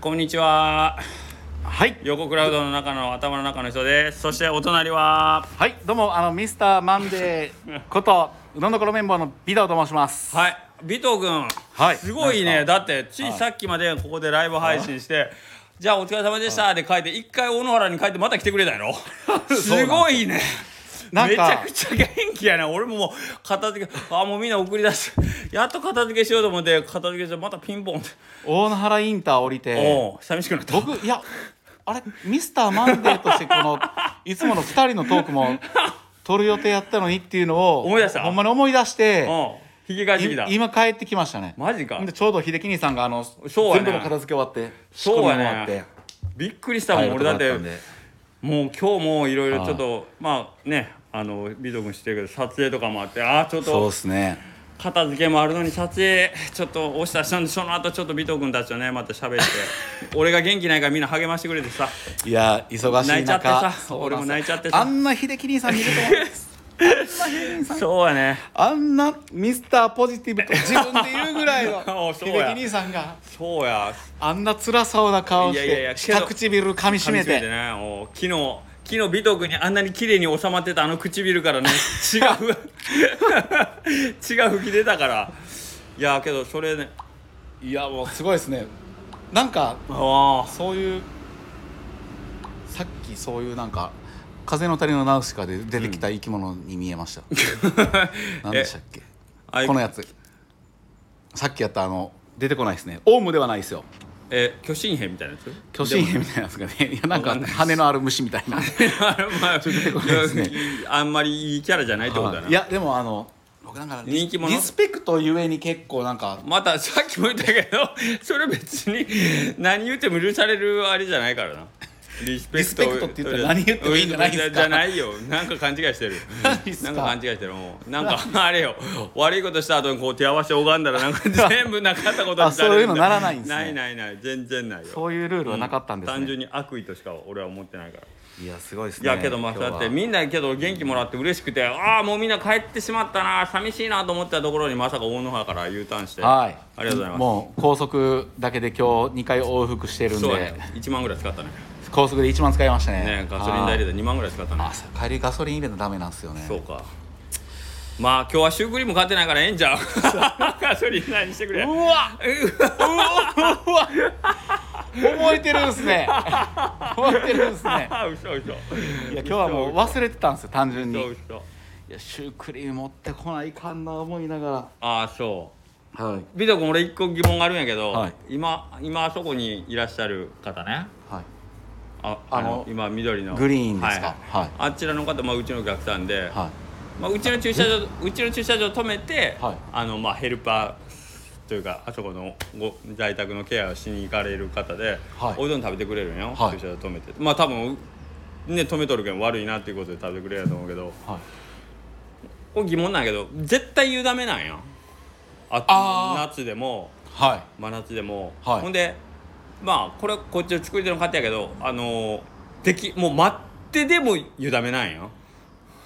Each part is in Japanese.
こんにちははい横クラウドの中の頭の中の人ですそしてお隣ははいどうもあのミスターマンデ ーことうどんどころメンバーのビダオと申しますはい尾藤君、はいすごいなねんだってついさっきまでここでライブ配信して「じゃあお疲れ様でした」で書いて一回小野原に書いてまた来てくれたや ろすごいねなんめちゃかくちゃ元気やね俺ももう片付けあもうみんな送り出すやっと片付けしようと思って片付けしてまたピンポンって、大野原インター降りておう寂しくなった僕いやあれミスターマンデーとしてこ のいつもの2人のトークも撮る予定やったのにっていうのを思い出したほんまに思い出しておう引き返してきたい今帰ってきましたねマジかでちょうど秀樹兄さんがあの、うやね全部の片付け終わってそうやね仕込みも終わってびっくりしたもん俺だっ帰てるとこったんでもう今日もいろいろちょっとまあねあのビド君知ってるけど撮影とかもあってああちょっそうとですね片付けもあるのに撮影ちょっと押したしたんでその後ちょっとビド君たちとねまた喋って 俺が元気ないからみんな励ましてくれてさいや忙しい中泣いちゃってさそう俺も泣いちゃってさあんな秀樹兄さん見ると思うんですそうやねあんなミスターポジティブと自分で言うぐ らいのお秀そう樹や兄さんがそうやあんな辛そうな顔しいやいやいやてけど下唇噛みしめ噛みてねお昨日昨日尾藤君にあんなに綺麗に収まってたあの唇から ね血がふ 血が吹き出たからいやけどそれねいやもうすごいですねなんかあそういうさっきそういうなんか「風の谷のナウシカ」で出てきた生き物に見 えました、何でしたっけあこのやつさっきやったあの出てこないですねオウムではないですよえ巨神兵みたいなやつ巨神兵みたいなやつがねいやなわんかかんない羽のある虫みたいなまあ、こないですね あんまりいいキャラじゃないってことだな。いやでもあの僕なんかリ人気者リスペクトゆえに結構なんかまたさっきも言ったけど、 それ別に何言っても許されるあれじゃないからな。リスペクトリスペクトって言ったら何言ってもいいんじゃないですかじゃないよ。なんか勘違いしてる。何っすなかんか勘違いしてる。もうなんかあれよ。悪いことした後にこう手合わせて拝んだらなんか全部なかったことにされるあそういうのならないんですねないないない。全然ないよ。そういうルールはなかったんですね、単純に悪意としか俺は思ってないから。いやすごいですいねやけどまあ今日はだってみんなけど元気もらって嬉しくてああもうみんな帰ってしまったな寂しいなと思ってたところにまさか大野原から U ターンしてはいありがとうございまもう高速だけで今日2回往復してするんそで、うやね1万ぐらい使ったね高速で1万使いましたねねガソリン代入でれて2万ぐらい使ったね朝帰りガソリン入れたらダメなんですよねそうかまあ今日はシュークリーム買ってないからええん じゃんガソリン代にしてくれうわうわうわ覚えてるんすね覚えてるんすねああ 嘘嘘いやいや今日はもう忘れてたんですよ単純に嘘い嘘やシュークリーム持ってこないかんな思いながああそうらはいビト君俺一個疑問があるんやけど、はい今今あそこにいらっしゃる方ねはいああのあの今緑のグリーンですかはいはいあちらの方、まあ、うちのお客さんで、はまあ、うちの駐車場うちの駐車場止めて、はいあのまあ、ヘルパーというかあそこのご在宅のケアをしに行かれる方で、はいおうどん食べてくれるんよ、はい駐車場止めてまあ多分ね止めとるけん悪いなっていうことで食べてくれるやと思うけどいはいこれ疑問なんやけど絶対言うダメなんやああ夏でもはい真夏でも、はいほんでまあこれはこっちの作り手の方やけどあのーできもう待ってでもゆだめないよ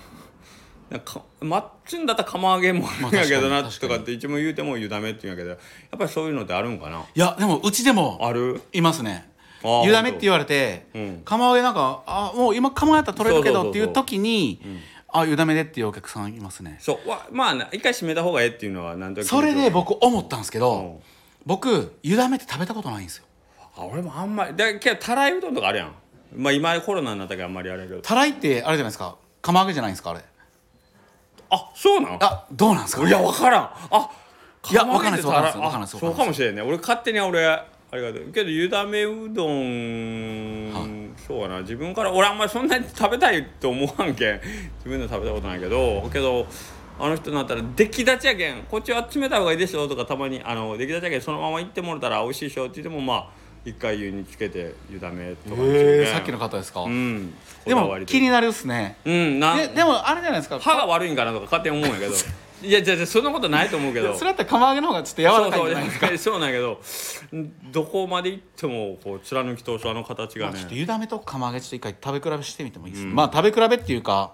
なんか待つんだったら釜揚げもあるんやけどなまあ確かとにかって一問言うてもゆだめって言うんやけどやっぱりそういうのってあるんかないやでもうちでもあるいますねあー湯だめって言われて、うん釜揚げなんかあもう今釜やったら取れるけそうそどうそってういそうう時にあ湯だめでっていうお客さんいますねそうわまあな一回閉めた方がええっていうのはなんとなくそれで僕思ったんですけど、うん僕湯だめって食べたことないんですよあ俺もあんまりだけどたらいうどんとかあるやんまあ今コロナになったけどあんまりあれやけどたらいってあれじゃないですか釜揚げじゃないんですかあれあそうなんあどうなんです かいや分からんあいや釜揚げってわかんないですたわかんないですあそわかんないですうかもしれんね俺勝手に俺あれがけどゆだめうどん、そうやな自分から俺あんまりそんなに食べたいと思わんけん自分で食べたことないけどけどあの人になったら出来立ちやけんこっちは冷たい方がいいでしょとかたまにあの出来立ちやけんそのまま行ってもらったら美味しいでしょって言ってもまあ一回湯につけてゆだめとかにするねえーさっきの方ですか、うんでこだもわりと気になるっすねうんなででもあれじゃないですか歯が悪いんかなとか勝手に思うんやけ どいやじゃじゃそんなことないと思うけどそれだったら釜揚げの方がちょっと柔らかいんじゃないですかそうそう そうなんやけどんどこまで行ってもこう貫き通すあの形がまあちょっとね、湯だめと釜揚げちょっと一回食べ比べしてみてもいいです、ねまあ食べ比べっていうか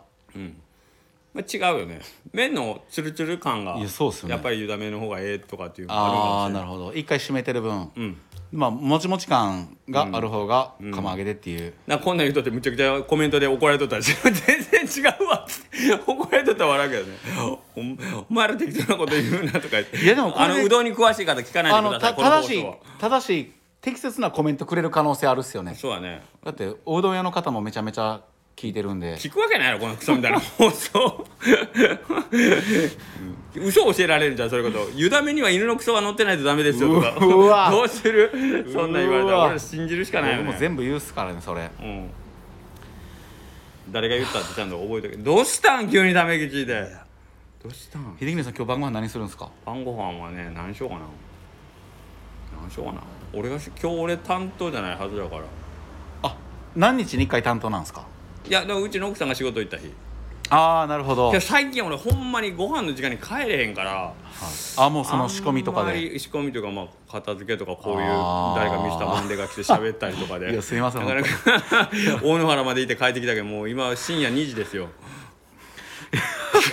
まあ、違うよね麺のツルツル感がいやそうっすよねやっぱりゆだめの方がええとかっていうのもああるかもしあれなるほど一回締めてる分、んまあもちもち感がある方が釜揚げでっていう、なんかこんなん言うとってむちゃくちゃコメントで怒られとったら全然違うわって怒られとったら笑うけどねおお前ら適当なこと言うなとか言っていやでもこれあのうどんに詳しい方聞かないあでくのださいたこの放正し送いは正しい適切なコメントくれる可能性あるっすよねそうだねだっておうどん屋の方もめちゃめちゃ聞いてるんで聞くわけないやろこのクソみたい な放送うん嘘教えられるじゃんそれこそ「湯だめには犬のクソが乗ってないとダメですよ」とかうわどうするそんなん言われたうらわ俺ら信じるしかないよ僕ねも全部言うっすからねそれうん、誰が言ったってちゃんと覚えておけどうしたん急にダメ口でどうしたん秀樹さん今日晩ご飯何するんですか晩ご飯はね何しようかな何しようかな俺がし今日俺担当じゃないはずだからあ何日に1回担当なんですかいやでもうちの奥さんが仕事行った日いああなるほどや最近俺ほんまにご飯の時間に帰れへんからあもうその仕込みとかあんまでり仕込みというかまあ片付けとかこういうあー誰かミスターマンデーが来て喋ったりとかでいやすいませなんかなか 大野原まで行って帰ってきたけどもう今深夜2時ですよ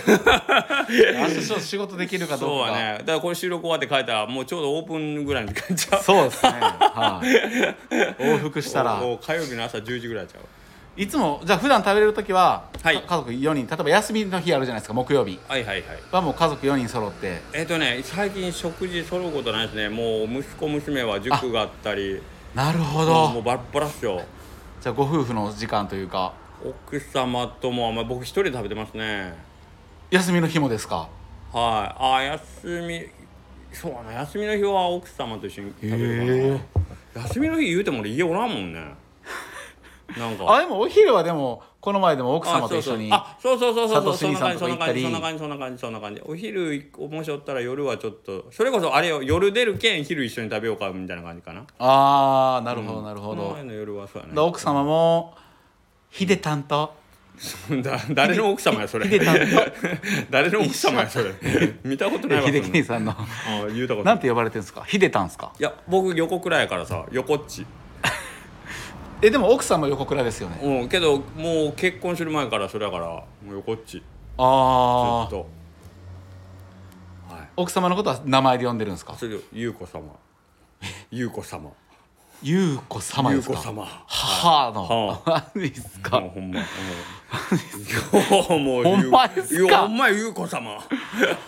明日ちょっと仕事できるかそうどうはかねだからこれ収録終わって帰ったらもうちょうどオープンぐらいに帰っちゃうそうですね、はい往復したらおお火曜日の朝10時ぐらいちゃういつもじゃあ普段食べれる時は、はいか家族4人例えば休みの日あるじゃないですか木曜日はいはいはいはもう家族4人揃ってえっ、とね最近食事揃うことないですねもう息子娘は塾があったりなるほもうどバラッバラっすよじゃあご夫婦の時間というか奥様とも、まあ、僕一人で食べてますね休みの日もですかはいあ休みそうだな休みの日は奥様と一緒に食べへるかな休みの日言うても俺家おらんもんねなんか あでもお昼はでもこの前でも奥様と一緒にあそうそうそうそうそうそん佐な藤真感理じさそんなんとか行った感りじそんな感じそんな感じそんな感じお昼面白ったら夜はちょっとそれこそあれよ夜出る券昼一緒に食べようかみたいな感じかなあーなるほどなるほど、この前の夜はそうやでね奥様もヒデ担当 だ誰の奥様やそれヒデ担 誰の奥様やそ れ見たことないわ当そん秀な樹兄さんのあ言うたことなないんて呼ばれてるんですかヒデタンですかいや僕横倉やからさ横っちえでも奥さんも横倉ですよねうんけどもう結婚する前からそれやからもう横っちずあっあとはい奥様のことは名前で呼んでるんですかそれで優子様優子様優子様優です子か様母のは何ですもうかほんまうんもうほんまですかいやほんま優子様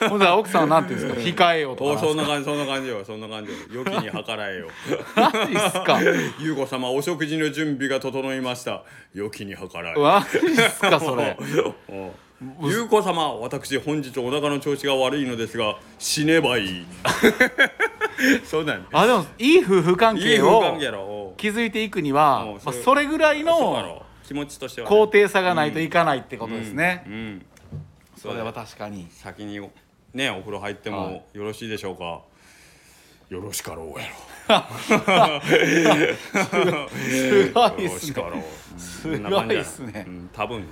ほんなら奥さんはなんていうんですか控えようとおかそんな感じそんな感じよそんな感じよ良きに計らえよ何ですか優子様お食事の準備が整いました良きに計らえ何ですかそれおお優子様私本日お腹の調子が悪いのですが死ねば いいそうなんやあでもいい夫婦関いい係夫を婦関係やろ築いていくにはうんまそあれそれぐらいそうやのろ気持ちとしてはね高低差がないといかないってことですねうんうんそれは確かに先にねお風呂入ってはもよろしいでしょうか、よろしかろうやろすごよいっろすしかねろうすそんな感じごいやっすねうん、多分ね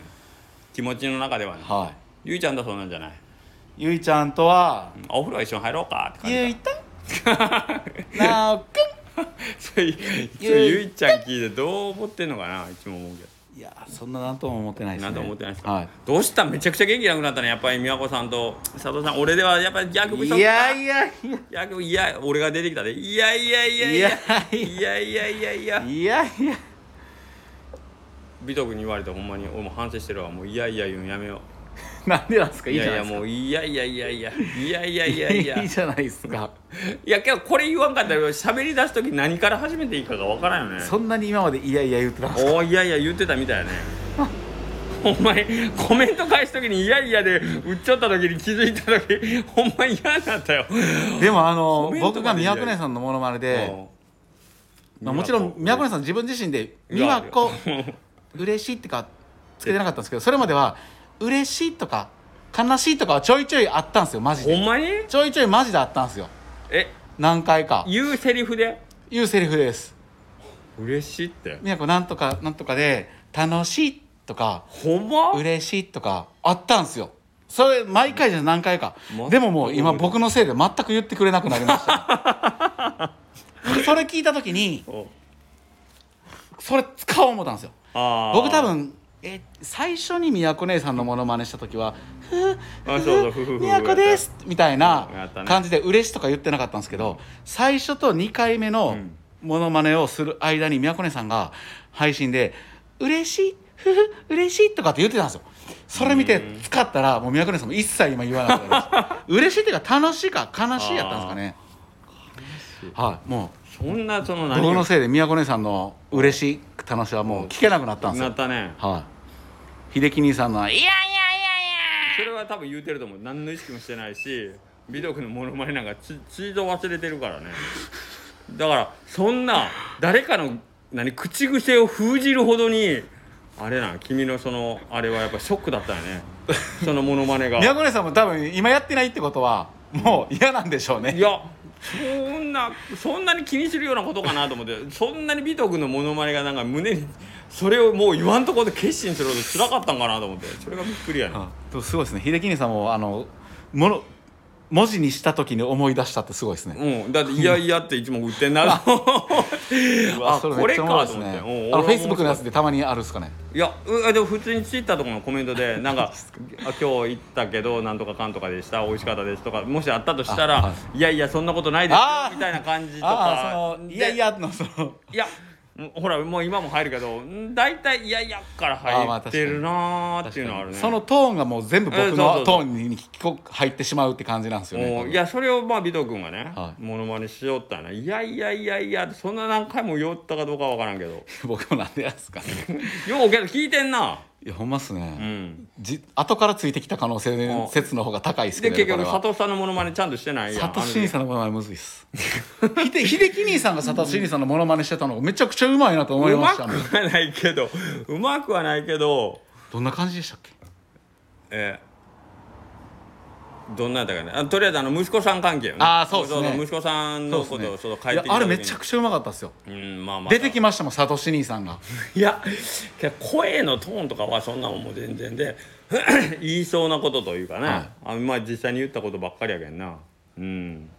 気持ちの中ではねはゆいちゃんとそうなんじゃないいゆいちゃんとはあお風呂一緒に入ろうかって感じだゆいたんなおく それいつもゆいちゃん聞いてどう思ってんのかないつも思うけどんいやそんななんとも思ってないですねなんとも思ってないですか、はいどうしたんめちゃくちゃ元気なくなったねやっぱり美和子さんと佐藤さん俺ではやっぱり逆不足いやいやいや逆いや俺が出てきたでいやいやいやいやいやいやいやいやいやいや美徳に言われてほんまに俺も反省してるわもういやいや言うんやめよなんでなんですかういいじゃややないいですかもういやいやいやいやいやいやいいやいやいいじゃないですかやけどこれ言わんかったら喋り出す時何から始めていいかがわからんよねそんなに今までいやいや言ってたんですおーいやいや言ってたみたいやねほんまにコメント返す時に「いやいや」で売っちゃった時に気づいた時ほんま嫌だったよでもあのコメント僕まがでい宮やいや古姉さんのモノマネで、うんまあ、もちろん宮古姉さん自分自身で「美和う子わ嬉しい」ってかつけてなかったんですけどそれまでは「嬉しい」とか「悲しい」とかはちょいちょいあったんですよマジほでんまにちょいちょいマジであったんですよえ何回か言うセリフでいうセリフです「嬉しい」って「美和子なんとかなんとかで楽しい」とかほんま嬉しいとかあったんですよそれ毎回じゃ何回かまでももう今僕のせいで全く言ってくれなくなりました ねそれ聞いた時におそれ使おう思ったんですよあー僕多分え最初にみやこ姉さんのモノマネした時は「ふうあそうそうふふふうふみやこです」みたいなやったね感じで「嬉し」とか言ってなかったんですけど最初と2回目のん「モノマネをする間に宮古根さんが配信で「嬉しいふふ嬉しい」とかって言ってたんですよそれ見て使ったらもう宮古根さんも一切今言わなくなりました嬉しいっていうか楽しいか悲しいやったんですかねはいもそんなそのう何僕のせいで宮古根さんの「嬉しい楽しい」はもう聞けなくなったんですなよったねはい秀樹兄さんの「いやいやいやそれは多分言うてると思う何の意識もしてないし美徳のモノマネなんかち一度忘れてるからねだからそんな誰かの何口癖を封じるほどにあれな君のそのあれはやっぱショックだったよねそのモノマネが宮古根さんも多分今やってないってことはもう嫌なんでしょうねいやそんなそんなに気にするようなことかなと思ってそんなに美徳のモノマネがなんか胸にそれをもう言わんとこで決心するほど辛かったんかなと思ってそれがびっくりやねでもすごいですね秀樹兄さんもあのもの文字にした時に思い出したってすごいですねうん、だって「いやいや」っていつも売ってんなあ そこれおかもろいとです思ってねうんあの俺フェはイスブックのやつでたまにあるっすかねいやうでも普通にツイッターとかのコメントでなんかあ「今日行ったけどなんとかかんとかでした美味しかったです」とかもしあったとしたら「、あはいやいやそんなことないですよあ」ーみたいな感じとあかあそのでいやいやのそのいやうんほらもう今も入るけどうん大体「いやいや」からあーま入あってるなーっていうのはあるね。そのトーンがもう全部僕うんそうそうそのうトーンにこう入ってしまうって感じなんですよもうねいやそれをまあ尾藤君がねはいモノマネしよったねいやいやいやいやってそんな何回も言おったかどうかは分からんけど僕もなんでなんですかねようけど聞いてんないやほんまっすね、うんじ後からついてきた可能うん性説の方が高いですけでど結こ局れは佐藤さんのモノマネちゃんとしてないやサんトシ兄さんんのものまねむずいっ すひで秀樹兄さんがサトシ兄さんのものまねしてたのがめちゃくちゃうまいなと思いうまましくたはねないけどうまくはないけどどんな感じでしたっけえーどんなんやったかねあとりあえずあの息子さん関係よねあーそうですね息子さんのことをちょっと書いていやあれめちゃくちゃうまかったですようんまあまあ出てきましたもんサトシ兄さんがいやけど声のトーンとかはそんなもんもう全然で 言いそうなことというかね、はいあまあ実際に言ったことばっかりやけんなうん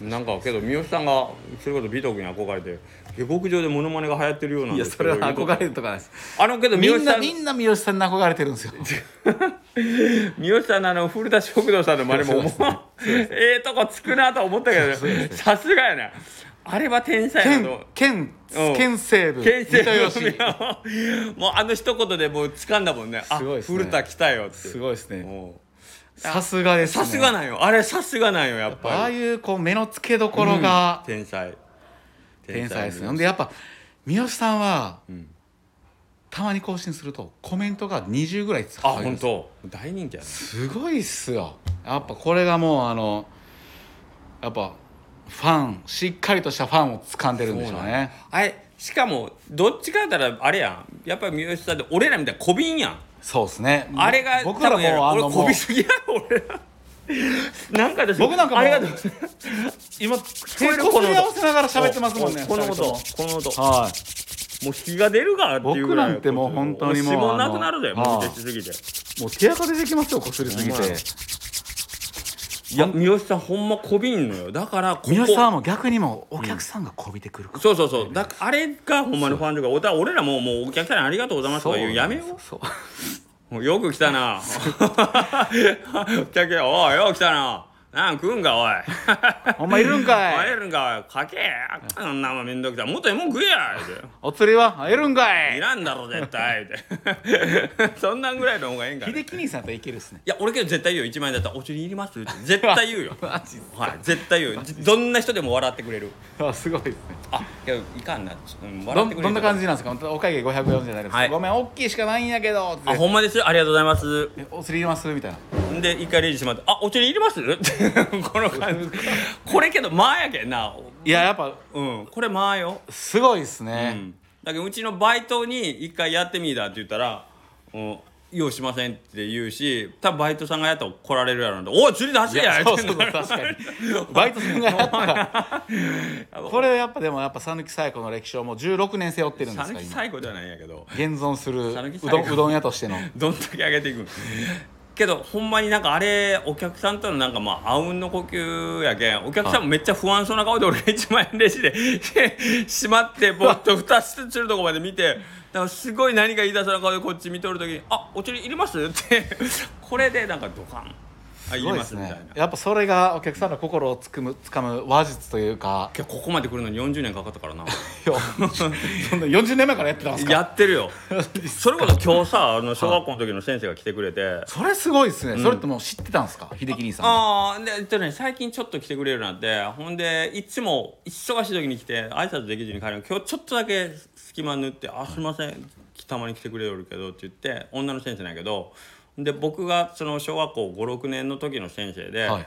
なんかけど三好さんがそれこそ美徳に憧れて下克上でモノマネが流行ってるようなんいやですそけれどは憧れるとかないですあのけど三み好んさなんみんな三好さんに憧れてるんですよ三好さんのあの古田食堂さんの真似 ももうええとこつくなと思ったけど、さすがやなあれは天才やなと思う県県うん県西部県政三の もうあの一言でもう掴んだもんねあすごいですね古田来たよってすごいですねもさすがでうすねさすがなんよあれさすがなんよやっあぱありいうこう目の付けどころが天才天才ですねほんねでやっぱ三好さんはんたまに更新するとコメントが20ぐらいつあ入る本んですよ当大人気やねすごいっすよやっぱこれがもうあのやっぱファンしっかりとしたファンを掴んでるんでしょうねあれしかもどっちかやったらあれやんやっぱり三好さんって俺らみたいな小瓶やんそうですねあれが僕らもうやろあの俺もこうびすぎやろ俺ら なんか私僕なんかもあうりがとうございます今これ手こすり合わせながら喋ってますもんねこの音二人この音ともはいもう日が出るからっていうぐらい僕なんてもう本当にもう指紋なくなるであものう出しすぎてもう手垢出てきますよこすりすぎほんまてやいや三好さんほんまこびんのよだからここ三好さんはもう逆にもうお客さんがこびてくるから、そうそうそうだあれがほんまにファンというかおた俺らもうもうお客さんにありがとうございますとか言うやめようそうもうよく来たな お客さんおいよく来たななん食うんかおいお前いるんか会えいるんかおいかけそんなもんめんどくさいもっとええもん食えや言うてお釣りはいるんかいいらんだろ絶対言うて そんなんぐらいの方がええんかな秀樹兄さんといけるっすねいや俺けど絶対言うよ1万円だったら「お釣りいります?」って絶対言うよマジっすはい絶対言うよじどんな人でも笑ってくれるあすごいですねあけどいかんな、ちょうん、笑どっんてくれどんな感じじなんですかお会計540円になります、はいごめん大きいしかないんやけどってあほんまですありがとうございますえお釣り入れますみたいなんで一回レジしまって「あお釣りいります?」 ってこの感じこれけどまあやけんないややっぱうんこれまあよ、すごいですうね、ん、だけどうちのバイトに一回やってみいだって言ったら「うん用意しません」って言うし多分バイトさんがやったら来られるやろうなと「おい釣りで走れや!」そうそうそう確かに バイトさんがやったら これやっぱでもやっぱ讃岐最古の歴史をもう16年背負ってる んでさすぬかき今最後じゃないんやけど現存する讃岐う最ど古んうどん屋としてのどんだけ上げていくんけどほんまになんかあれお客さんとのなんかまああうんの呼吸やけんお客さんもめっちゃ不安そうな顔で俺が1万円レジで しまってぼーっと蓋つするとこまで見てだからすごい何か言い出そうな顔でこっち見とる時に「あお釣りいります?」ってこれでなんかドカンあすごいです入れまねすみたいなやっぱそれがお客さんの心をつくむつかむ話術という か今日ここまで来るのに40年かかった からなそんな40年前からやってたんですかやってるよそれこそ今日さあ の小学校の時の先生が来てくれてそれすごいですね、それってもう知ってたんですか秀樹兄さんがああでえっとね最近ちょっと来てくれるようになってほんでいつも忙しい時に来て挨拶できずに帰るの今日ちょっとだけ隙間塗って「あすいませんたまに来てくれるけど」って言って女の先生なんやけどで僕がその小学校56年の時の先生で、はい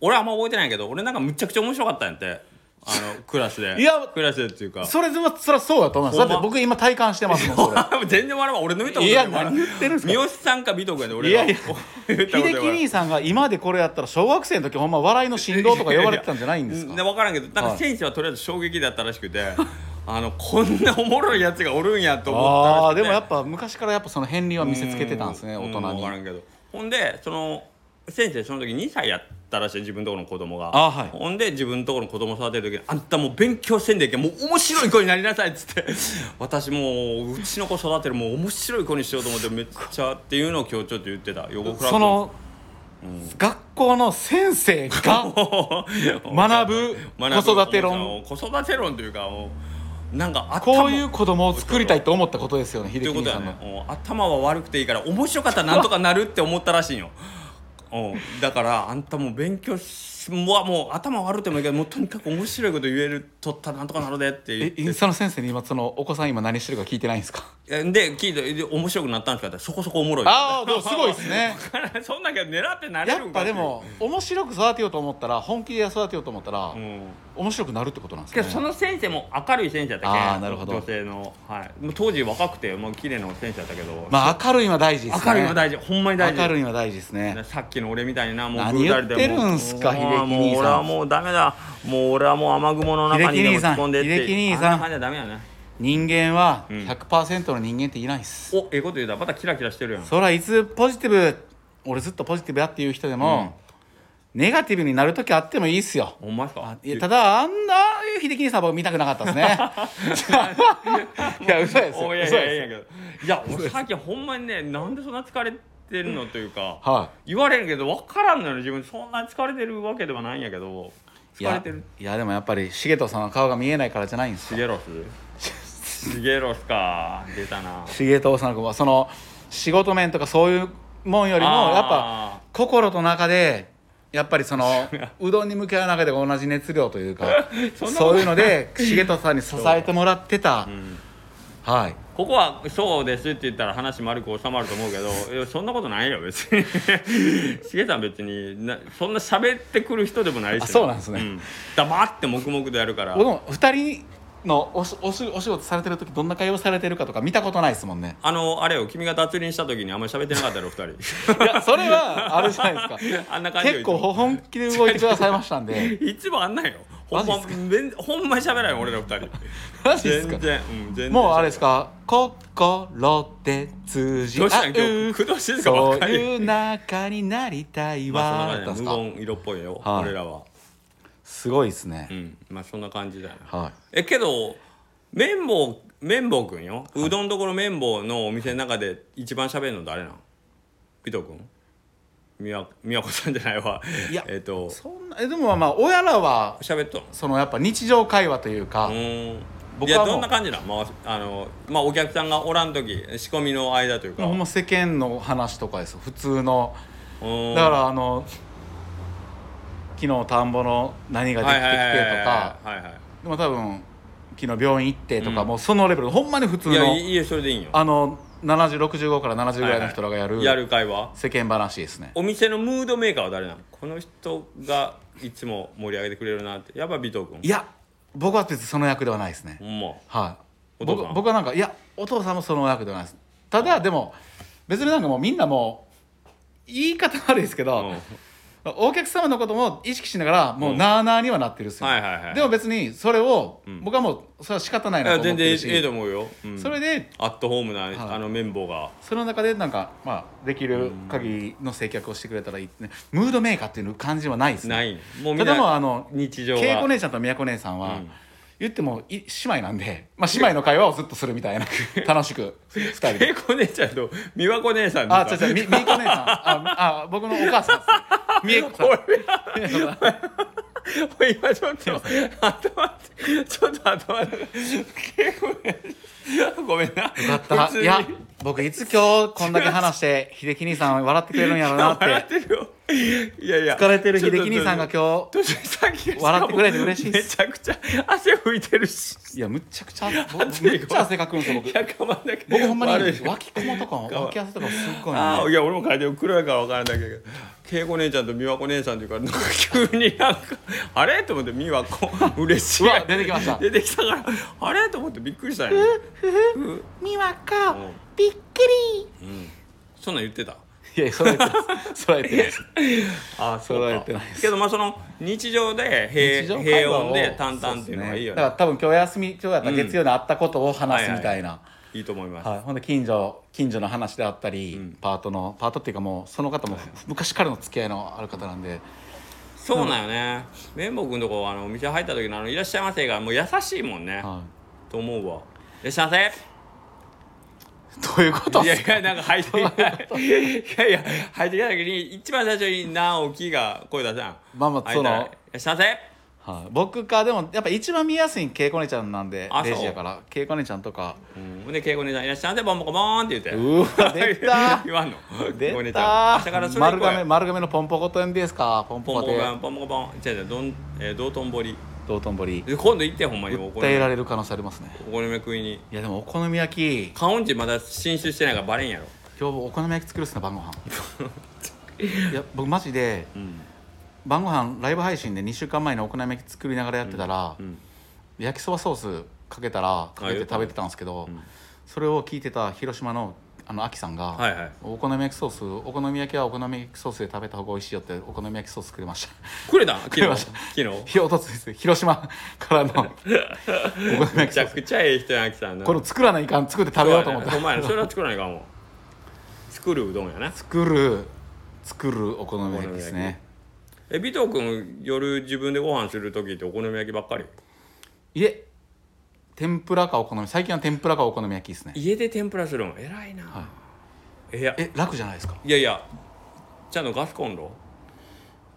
俺あんま覚えてないけど俺なんかむちゃくちゃ面白かったんやってあ のクラスでいやクラスでっていうかそれでもそりゃそうだと思いますだほっんてま僕今体感してますもんそ れ全然笑わん俺の見たこといないや何言ってるんです三か好さんか美徳やで俺がいやいや 言ったこと秀樹やから兄さんが今でこれやったら小学生の時ほんま笑いの振動とか呼ばれてたんじゃないんですかで分からんけどなんはかい選手はとりあえず衝撃だったらしくて、 あのこんなおもろいやつがおるんやと思ったらああしくてでもやっぱ昔からやっぱその片鱗は見せつけてたんですねう大人うん分にからんけどほんでその先生その時2歳やったらしい自分とこの子供があはいほんで自分とこの子供育てる時に「あんたもう勉強せんでいけんもう面白い子になりなさい」っつって 「私もううちの子育てるもう面白い子にしようと思ってめっちゃ」っていうのを今日ちょっと言ってた横倉その学校の先 生が学ぶ子育て論子育て論というかもうなんか頭こういう子供を作りたいと思ったことですよね秀とい樹うこ兄とさやんのねうん頭は悪くていいから面白かったらなんとかなるって思ったらしいんようんだからあんたもう勉強しもうわもう頭悪くてもいいけどもうとにかく面白いこと言えるとったらなんとかなるでって言っえてインスタの先生に今そのお子さん今何してるか聞いてないんですかえで聞いてで面白くなったんですかってそこそこおもろいああでもすごいですねそんなんけど狙ってなれやるっんかぱってでいうも面白く育てようと思ったら本気で育てようと思ったら、うん面白くなるってことなんですけかどそねの先生も明るい先生やったけあーなるほど女性の、はい、もう当時若くてもう綺麗な先生やったけど、まあ明るいのは大事ですね明るいの大事ほんまに大事明るいのは大事ですねさっきの俺みたいなもう何言ってるんすかぐうたらでもう秀樹兄さんもう俺はもうダメだもう俺はもう雨雲の中にでも秀樹兄さ突んっ込んでって秀樹兄さんあんな感じはダメやね人間はん100%の人間っていないっす、おええこと言うたまたキラキラしてるやんそらいつポジティブ俺ずっとポジティブやっていう人でも、ネガティブになる時あってもいいっすよほんまっすかいやただあんな秀樹兄さんは僕見たくなかったです ねいや嘘ですお嘘いやでいすやいやいやいや俺最近ほんまにねなんでそんな疲れてるのというかは言われるけど分からんのよね自分そんなに疲れてるわけではないんやけどいい疲れやてるいやでもやっぱり重藤さんの顔が見えないからじゃないんですシゲロスシゲロスか出たな重藤さんはその仕事面とかそういうもんよりもやっぱあ心と中でやっぱ りそのうどんに向き合う中で同じ熱量というかそんなことそういうので重藤さんに支えてもらってた、ーうんはいここはそうですって言ったら話丸く収まると思うけどいやそんなことないよ別に しげさん別になそんな喋ってくる人でもないし、あそうなんですねうん黙って黙々とやるから僕も2人のおしおしお仕事されてる時どんな会話されてるかとか見たことないですもんねあのあれよ君が脱輪した時にあんまり喋ってなかったよ二人いやそれは あるじゃないです あんなか感じよ結構本気で動いてくださいましたんでいつもあんなんよほんまマジっ全ほんまに喋らない俺ら二人マジです全か然、うん、全然もうあれですか心で通じどうした合ん今日う工藤静香ばそっうかりいう仲になりたいまあわそんなだった感んじ無ですか言色っぽいよ、はい俺らはすごいですうねんまあそんな感じだよねはえけど綿棒綿棒くんようどんどころ綿棒のお店の中で一番喋るの誰なんピト君みやみやこさんじゃないわいやえっ、といそんなえでもまあ親らは喋っとんそのやっぱ日常会話というかうーん僕いやはもうどんな感じなん、まああのまあ、お客さんがおらん時仕込みの間というかほんま世間の話とかですよ普通のうーんだからあの昨日田んぼの何ができてきてとかはいはいはいはいはでも多分昨日病院行ってとかうんもうそのレベルほんまに普通いはいいやのいいいやそれでいいんよあの7065から70ぐらいの人らがやはいはいやるる会話世間話ですねお店のムードメーカーは誰なんこの人がいつも盛り上げてくれるなってやっぱ尾藤君いや僕は別にその役ではないですねほんまはいお父僕さん僕はなんかいやお父さんもその役ではないですただでも別になんかもうみんなもう言い方悪いですけど、うんお客様のことも意識しながらもううんなあなあにはなってるっすよ、はいはいはいでも別にそれを、ん僕はもうそれは仕方ないいなやと思っ全然てえるし、えと思うよ、うんそれでアットホームな、あの綿棒がその中でなんか、まあ、できる限りの接客をしてくれたらいいってねムードメーカーっていう感じはないですねないもうみたんなだもうあの日常は恵子姉ちゃんと宮子姉さんは、うん言ってもい姉妹なんで、まあ、姉妹の会話をずっとするみた いな楽しく2人 で恵子姉ちゃんと美和子姉さんとあか違う違うみみーこ姉さんああ僕のお母さんです 三重子さんこれ今ちょっと頭ちょっと頭がごめんなよかっ普通たにいや僕いつ今日こんだけ話して秀樹兄さん笑ってくれるんやろうなっ笑てってるよいやいや 疲れてる秀樹兄さんが今年さんがしかも笑ってくれて嬉しいっめすちゃくちゃ汗拭いてるし日いやむっちゃくちゃ僕むっちゃ汗かくんです よ僕100万だけ僕ほんまに悪い脇こもとか脇汗とかすっごいああねいや俺も会場黒いから分からないけど恵子姉ちゃんと美和子姉さんっていうからなんか急になんか あれと思って美和子 嬉しいうわ出てきました出てきたからあれと思ってびっくりしたんや、美和子うんびっくそんなん言ってたりいや揃えてます揃えてますああそうか揃えてないですけどまあその日常で平日常会平話を穏で淡々っていうのがいいよそうですねだかねら多分今日休み今日やった月曜にあったことを話すみたいな、いいと思います、はい、ほんで近所近所の話であったり、パートのパートっていうかもうその方も昔からの付き合いのある方なんで、そうなんよね綿棒君のとこあのお店入った時のあの「いらっしゃいませ」がもう優しいもんね、はと思うわ「いらっしゃいませ」い、どういうことっいすやいやなんか入ってきたいやいや入ってきた時に一番最初に直樹が声出したんまあまあその入ったらいらっしゃいませはい、僕かでもやっぱ一番見やすい恵子姉ちゃんなんであそうレジやから恵子姉ちゃんとかうんで恵子姉ちゃん「いらっしゃいませボンボコボン」って言ってうわ出た言わんの恵子出姉ちゃんた明日からそれ丸行こう亀よ丸亀のポンポコとんですかポンポポンコポコでボンポンポコボン違う違うどん、えー、道頓堀道頓堀で今度行ってほんまにお好訴みえらおれる可能性ありますね好み食いにいやでもお好み焼きカオンチまだ進出してないからバレんやろ今日お好み焼き作るっすね晩 ご飯いや僕マジでうん晩ご飯ライブ配信で2週間前にお好み焼き作りながらやってたら、うん焼きそばソースかけたらかけて食べてたんですけど、それを聞いてた広島のあのアキさんが、はいはいお好み焼きソースお好み焼きはお好み焼きソースで食べた方が美味しいよってお好み焼きソースくれました くれた昨れ日ました昨日ひおとつです広島から のお好みめ焼きちソゃースくちゃええ人やなきさんなこれ作らないかん作って食べようと思ってお前ら それは作らないかも作るうどんやな作る作るお好み焼きですねえ尾藤君夜自分でご飯する時ってお好み焼きばっかりいえ天ぷらかお好み最近は天ぷらかお好み焼きですね家で天ぷらするの偉いな、、はいやえ楽じゃないですかいやいやちゃんとガスコンロ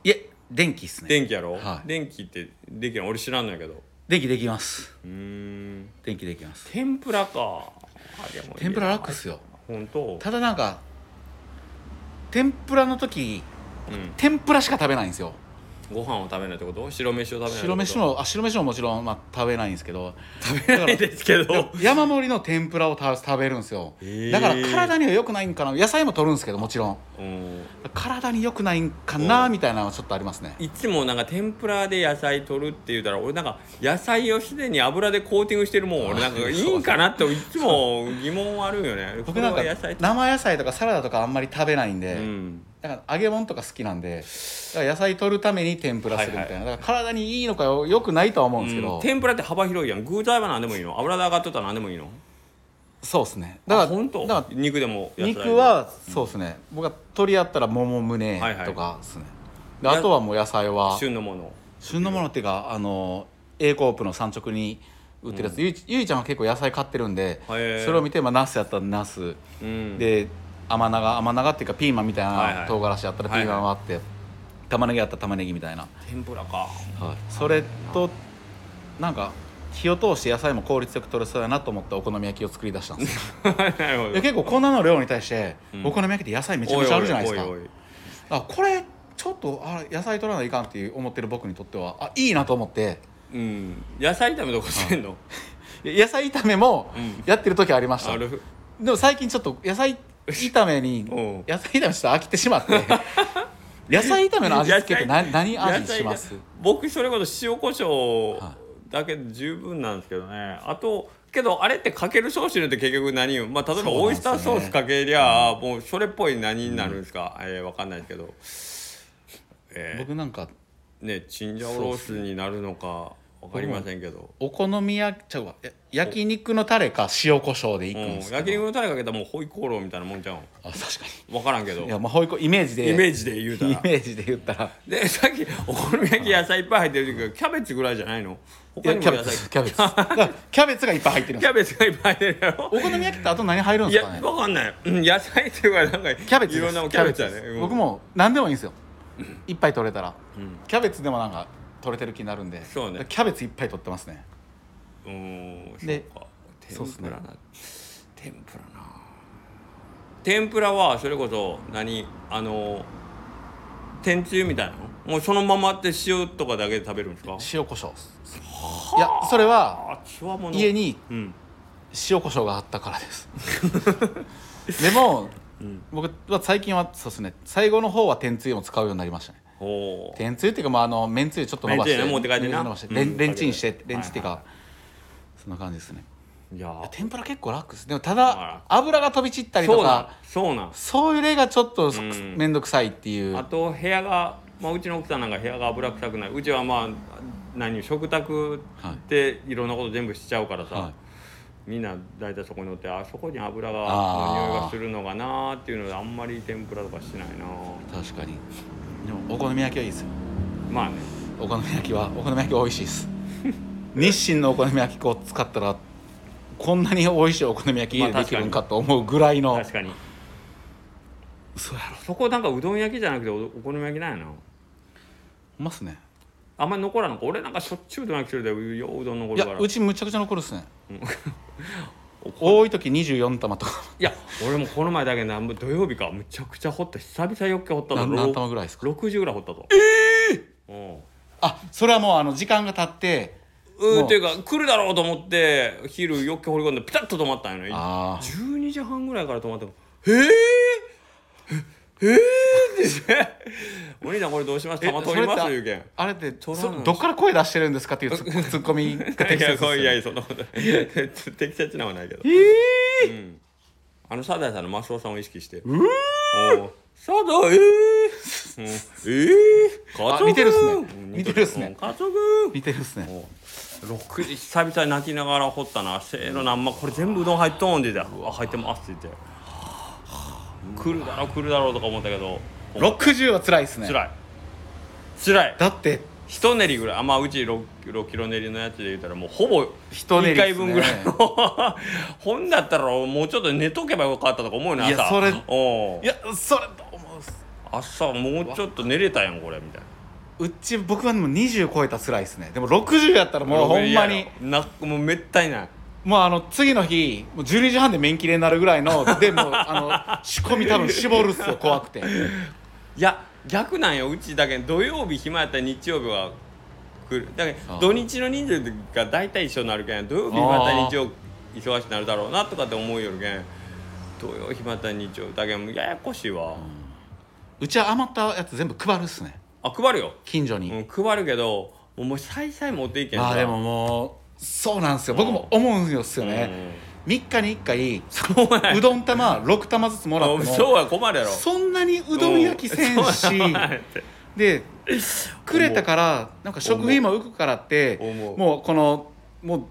いえ電気ですね電気やろ、はい電気ってできるの俺知らんのやけど電気できますうーん電気できます天ぷらかあでも天ぷら楽っすよ本当ただなんか天ぷらの時うん天ぷらしか食べないんですよご飯を食べないってこと白飯を食べないってこと白飯もあ白飯ももちろん、まあ、食べないんですけど食べないですけど山盛りの天ぷらをた食べるんですよ、へーだから体には良くないんかな野菜も取るんですけどもちろんうん体に良くないんかなうんみたいなのはちょっとありますねいつもなんか天ぷらで野菜取るって言うたら俺なんか野菜をすでに油でコーティングしてるもん俺なんかいいんかなっていつも疑問あるよね 僕なんこかれは野菜生野菜とかサラダとかあんまり食べないんで、うんだから揚げ物とか好きなんでだから野菜取るために天ぷらするみたいはな、だから体にいいのかよよくないとは思うんですけど、うん天ぷらって幅広いやん具材は何でもいいの油で揚がっとったら何でもいいのそうですねだだから本当だから肉でも野菜でも肉はそうですね、僕は取り合ったらもも胸はいはいとかですね、であとはもう野菜は旬のもの旬のものっていうかあの A コープの産直に売ってるやつ、ゆいゆいちゃんは結構野菜買ってるんでそへーれを見て、まあ、ナスやったらナス、うんで甘長甘長っていうかピーマンみたいはいはない唐辛子やったらピーマンはあって、玉ねぎやったら玉ねぎみたいな、天ぷらかそれとなんか火を通して野菜も効率よく取れそうやなと思ってお好み焼きを作り出したんです よなるほいどや結構こ んなの量に対して、うんお好み焼きって野菜めちゃめちゃあるじゃないですかおおいおいあこれちょっとあ野菜取らないかんっていう思ってる僕にとってはあいいなと思ってうん野菜炒めとかしてんのいや野菜炒めもうんやってる時ありました、あるでも最近ちょっと野菜炒め におう野菜炒めちょっと飽きてしまって 野菜炒めの味付けって何何味しま野す菜僕それこそ塩コショウはだけで十分なんですけどねあとけどあれってかけるソースによって結局何をまあ例えばそうなんオでイすスよねターソースかけりゃ、もうそれっぽい何になるんですか、えー、わかんないですけどえ僕なんかー、ねチンジャオロースになるのかわかりませんけど、お好み焼きちゃうわや焼肉のタレか塩コショウでいくうんん、ですけ焼ど、肉のタレかけたらもうホイコーローみたいなもんじゃんあ確かわからんけどにいやまあほいこイメージでイメージで言うたイらメージで言ったらでさっきお好み焼き野菜いっぱい入ってるけどキャベツぐらいじゃないのい他やにキャもベ野ツ菜キャベツ だからキャベツがいっぱい入ってるんキですャベツがいっぱい入ってるやろお好み焼きってあと何入るんいですや、かいっぱい取れたらうんキャベツでもなんか取れてる気になるんでそうねキャベツいっぱい取ってますねうーんでそうかそうっ天すぷねらな、天ぷらな天ぷらはそれこそ何あの天つゆみたいなのもうそのままって塩とかだけで食べるんですか塩コショウいやそれはあつわもの家にうん塩コショウがあったからで すでもうん僕は最近はそうですね最後の方は天つゆも使うようになりましたねおー天つゆっていうか、まあ、あのめんつゆちょっと伸ばしてめんつゆね持って帰ってな伸ばしてうんレンレンチンしてはいレンチンっていうか、そんな感じですねいやー天ぷら結構楽ですでもたあらだ油が飛び散ったりとそうなんかそうなんそういう例がちょっとん面倒くさいっていうあと部屋が、まあ、うちの奥さんなんか部屋が油臭くないうちはまあ何食卓っていろんなこと全部しちゃうからさ、はいみんな大体そこにおってあそこに油があーの匂いがするのかなーっていうのであんまり天ぷらとかしないな確かにでもお好み焼きはいいですよまあねお好み焼きはお好み焼きは美味しいです日清のお好み焼き粉を使ったらこんなに美味しいお好み焼き家でできるんかと思うぐらいの、確かにそうやろそこなんかうどん焼きじゃなくておお好み焼きなんやなうますねあんまり残らんのか俺なんかしょっちゅううどん焼きするでよううどん残いるやからうちむちゃくちゃ残る っすね多い時24玉とかいや俺もこの前だけどなんぼ土曜日かむちゃくちゃ掘った久々よっけ掘ったなぞ何玉ぐらいですか60ぐらい掘ったぞええあそれはもうあの時間が経ってうもんうっていうか来るだろうと思って昼よっけ掘り込んでピタッと止まったんよねああ12時半ぐらいから止まっても「へえええー!」って言 って「お兄さんこれどうしますえ玉取ります?」そいれうけん。あれってそ取らないどっから声出してるんですかっていうツッツッコミが適切いやでこうすいよやねいやそんなことない適切なはないけど、うん、あのサザエさんのマスオさんを意識して「うーサザエー!うん」えー、カあ似てるっすねうん似てるっすねうんカツオ君似てるっすねもう6時久々に泣きながら掘ったなせーのなんまこれ全部うどん入っとんでて「あ入ってます」って言って「来るだろ来るだろ」とか思ったけど60は辛いっすねつらいつらいだって一練りぐらいあまあうち 6, 6キロ練りのやつで言ったらもうほぼ一練りっすね一回分ぐらいの 本だったらもうちょっと寝とけばよかったとか思うねいや朝それおういやそれと思うっす朝もうちょっと寝れたやんこれみたいうち僕はもう20超えたら辛いですねでも60やったらなもうほんまいにやなもうめったにないもうあの次の日もう12時半で麺切れになるぐら いのでもうあの仕込み多分絞るっすよ怖くていや逆なんようちだけど土曜日暇やったら日曜日は来るだけあどあ土日の人数が大体一緒になるけん土曜日暇やったら日曜忙しくなるだろうなとかって思うよるけん土曜暇やったら日曜だけんもうややこしいわ、うちは余ったやつ全部配るっすねあ配るよ、近所に、うん、配るけどもうもう再々持っていけんまあさでももうそうなんですよ僕も思うんですよね、3日に1回 そうやうどん玉6玉ずつもらってあもそうや困るやろそんなにうどん焼きせんしうんそうやってでくれたからなんか食費も浮くからって思うもうこのもう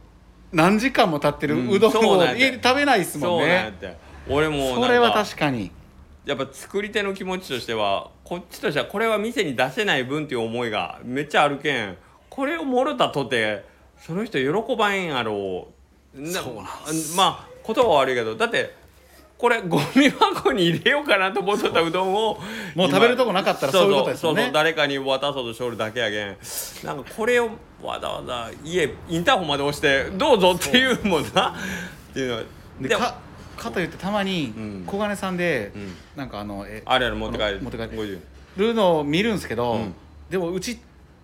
何時間も経ってうんるうどんそうをなんや家で食べないですもんそうなんやっねて俺もなんそかれは確かにやっぱ作り手の気持ちとしてはこっちとしてはこれは店に出せない分っていう思いがめっちゃあるけんこれをもろたとてその人喜ばんやろうなそうなんまあ言葉は悪いけどだってこれゴミ箱に入れようかなと思っとったうどんをもう今食べるとこなかったらそういうことですよそうそうそうね誰かに渡そうとしょるだけやけんなんかこれをわざわざ家インターホンまで押してどうぞっていうもんなっていうのはででもかかといってたまんに小金さんでんなんかあのえあれやろ持って帰る持って帰る50るのを見るんですけどんでもうち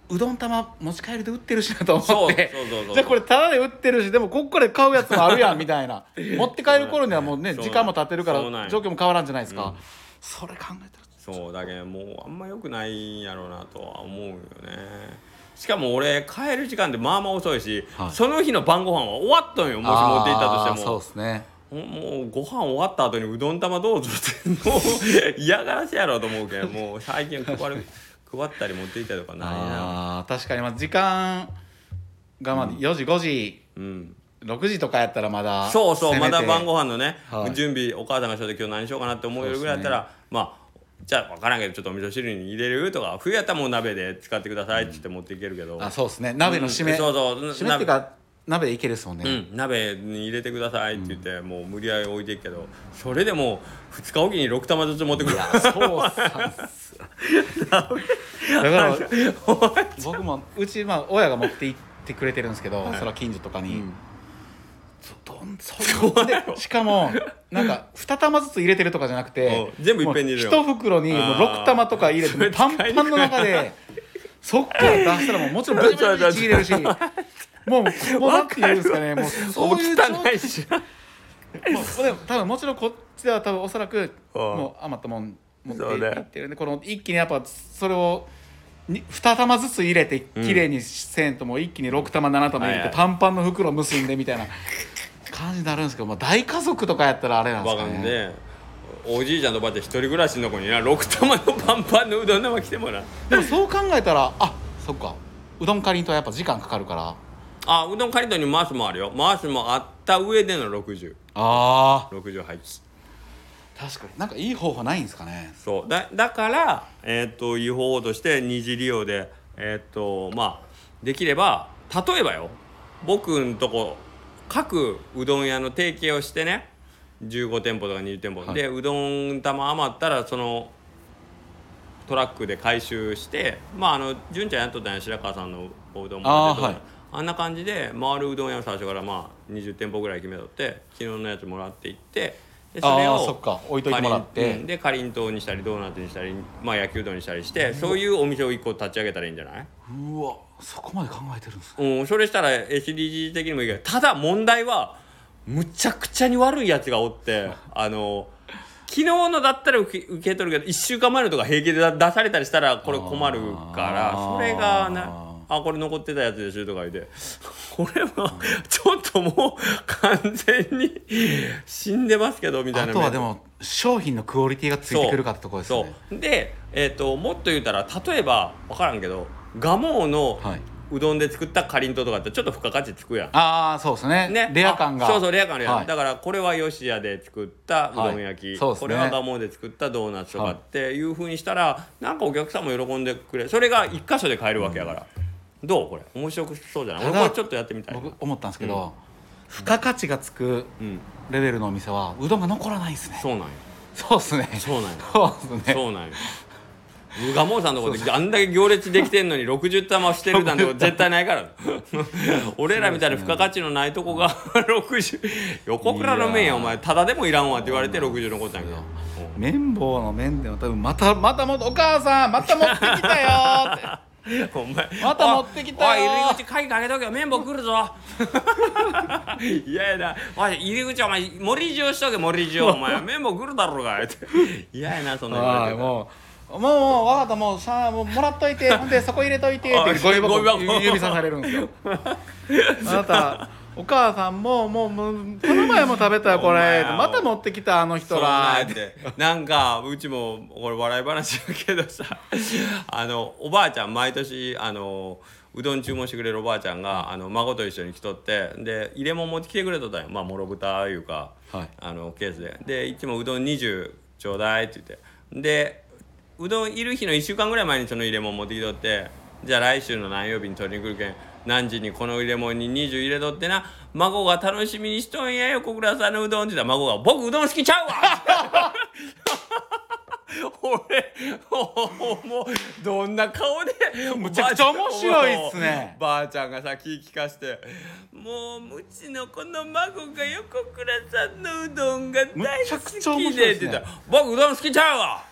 うどん玉持ち帰りで売ってるしなと思ってそうそうそうそうじゃあこれタダで売ってるしでもここで買うやつもあるやんみた いな持って帰る頃にはもうそねうなん時間も経ってるからそうなんや状況も変わらんじゃないですかそれ考えたらそうだけどもうあんま良くないんやろうなとは思うよねしかも俺帰る時間ってまあまあ遅いし、はいその日の晩ご飯は終わっとんよもし持って行ったとしてあーそうもですねほんもうご飯終わった後にうどん玉どうぞってもう 嫌がらせやろうと思うけんもう最近配る配ったり持って行ったりとかないなあー確かにまあ時間がまあ4時5時うん6時とかやったらまだそうそうせめまてだ晩ご飯のね、はい準備お母さんがしとって今日何しようかなって思うよりぐらいやったら、まあじゃあ分からんけどちょっとお味噌汁に入れるとか冬やったらもう鍋で使ってくださいって言って持っていけるけど、あそうですね鍋の締め、うんそうそう締めっていうか鍋でいけるっすもんね、うん、鍋に入れてくださいって言って、もう無理やり置いていくけどそれでも2日おきに6玉ずつ持ってくるそうっすだから僕もうち、まあ、親が持って行ってくれてるんですけど、それは近所とかに、そどんそんなでしかもなんか2玉ずつ入れてるとかじゃな くてうん全部いっぺんに入れるもう1袋にもう6玉とか入れてあーパンパンの中でそっから出したらもうもちろんブチブチブチちぎれるしもうもうなんて言うんですかね もうそういう状態汚いしもうでも多分もちろんこっちでは多分おそらくうんもう余ったもん持ってそうねいってるんでこの一気にやっぱそれをに2玉ずつ入れて綺麗にせんともう一気に6玉7玉入れはいはていパンパンの袋結んでみたいな 感じになるんですけど、まあ、大家族とかやったらあれなんです わかかんねねおじいちゃんとばって一人暮らしの子にな6玉のパンパンのうどん玉来てもらうでもそう考えたらあそっかうどんかりんとはやっぱ時間かかるからあうどんカリドにマースもあるよマースもあった上での6060あ廃棄ー確かになんかいい方法ないんですかねそうだだから、えー、と違法として二次利用で、えーとまあ、できれば例えばよ僕んとこ各うどん屋の提携をしてね15店舗とか20店舗、はいでうどん玉余ったらそのトラックで回収してまああの純ちゃんやっとったんや白川さんのおうどんもあ出ーてたからはいあんな感じで回るうどん屋を最初からまあ20店舗ぐらい決めとって昨日のやつもらっていってでそれあをあそっか置いといてもらっかりんてうんでかりんとうにしたりドーナツにしたり、まあ、焼きうどんにしたりしてそういうお店を一個立ち上げたらいいんじゃないうわそこまで考えてるんですねうんそれしたら SDGs 的にもいいけどただ問題はむちゃくちゃに悪いやつがお ってあの昨日のだったら受け受け取るけど1週間前のとか平気で出出されたりしたらこれ困るからあーそれがなあこれ残ってたやつでしょとか言って これはちょっともう完全に死んでますけどみたいあなとはでも商品のクオリティがついてくるかってとこですそねうで、えー、ともっと言うたら例えば分からんけど蒲生のはいうどんで作ったかりんとうとかってちょっと付加価値つくやん。ああそうですねね、レア感があそうそうレア感あるやん、はいだからこれは吉屋で作ったうどん焼き、はいそうですねこれは蒲生で作ったドーナツとかっていうふうにしたら、なんかお客さんも喜んでくれそれが一箇所で買えるわけやから、どうこれ面白くそうじゃないただ俺これちょっとやってみたいな僕思ったんですけど、付加価値がつくうんレベルのお店はうどんが残らないですねそうなんよそうですねそうなんよそうですねそうなんよ。ガモさんのとこであんだけ行列できてんのに60玉してるなんて絶対ないから俺らみたいな付加価値のないとこが60横倉の麺やお前ただでもいらんわって言われて60残ったんやけど綿棒の麺でも多分またまたもお母さんまた持って きたよーってお前また持ってきたよおい入り口鍵かけとけよ綿棒来るぞいややなおい入り口お前森塩しとけ森塩お前綿棒来るだろうがって嫌やなそんな言わはれいてたらもうもうもうわかったもうさあもうもらっといてほんでそこ入れといてっあてゴミゴ箱ミ箱指さされるんです よあなたお母さんももうもうこの前も食べたよこお前れはまた持ってきたあの人そうならんやってなんかうちもこれ笑い話だけどさ あのおばあちゃん毎年あのうどん注文してくれるおばあちゃんがあの孫と一緒に来とってで入れ物持ってきてくれとったんよまあもろ豚いうか、はいあのケースででいつもうどん20ちょうだいって言ってでうどんいる日の1週間ぐらい前にその入れ物持ってきとってじゃあ来週の何曜日に取りに来るけん何時にこの入れ物に20入れとってな孫が楽しみにしとんやよ小倉さんのうどんって言ったら孫が「僕うどん好きちゃうわ!」 俺もうもうどんな顔でむちゃくちゃ面白いっすねばあちゃんがさ気ぃ利かしてもううちのこの孫が横倉さんのうどんが大むちゃ好くちゃ面き白いでっっすてね言ったら「僕うどん好きちゃうわ!」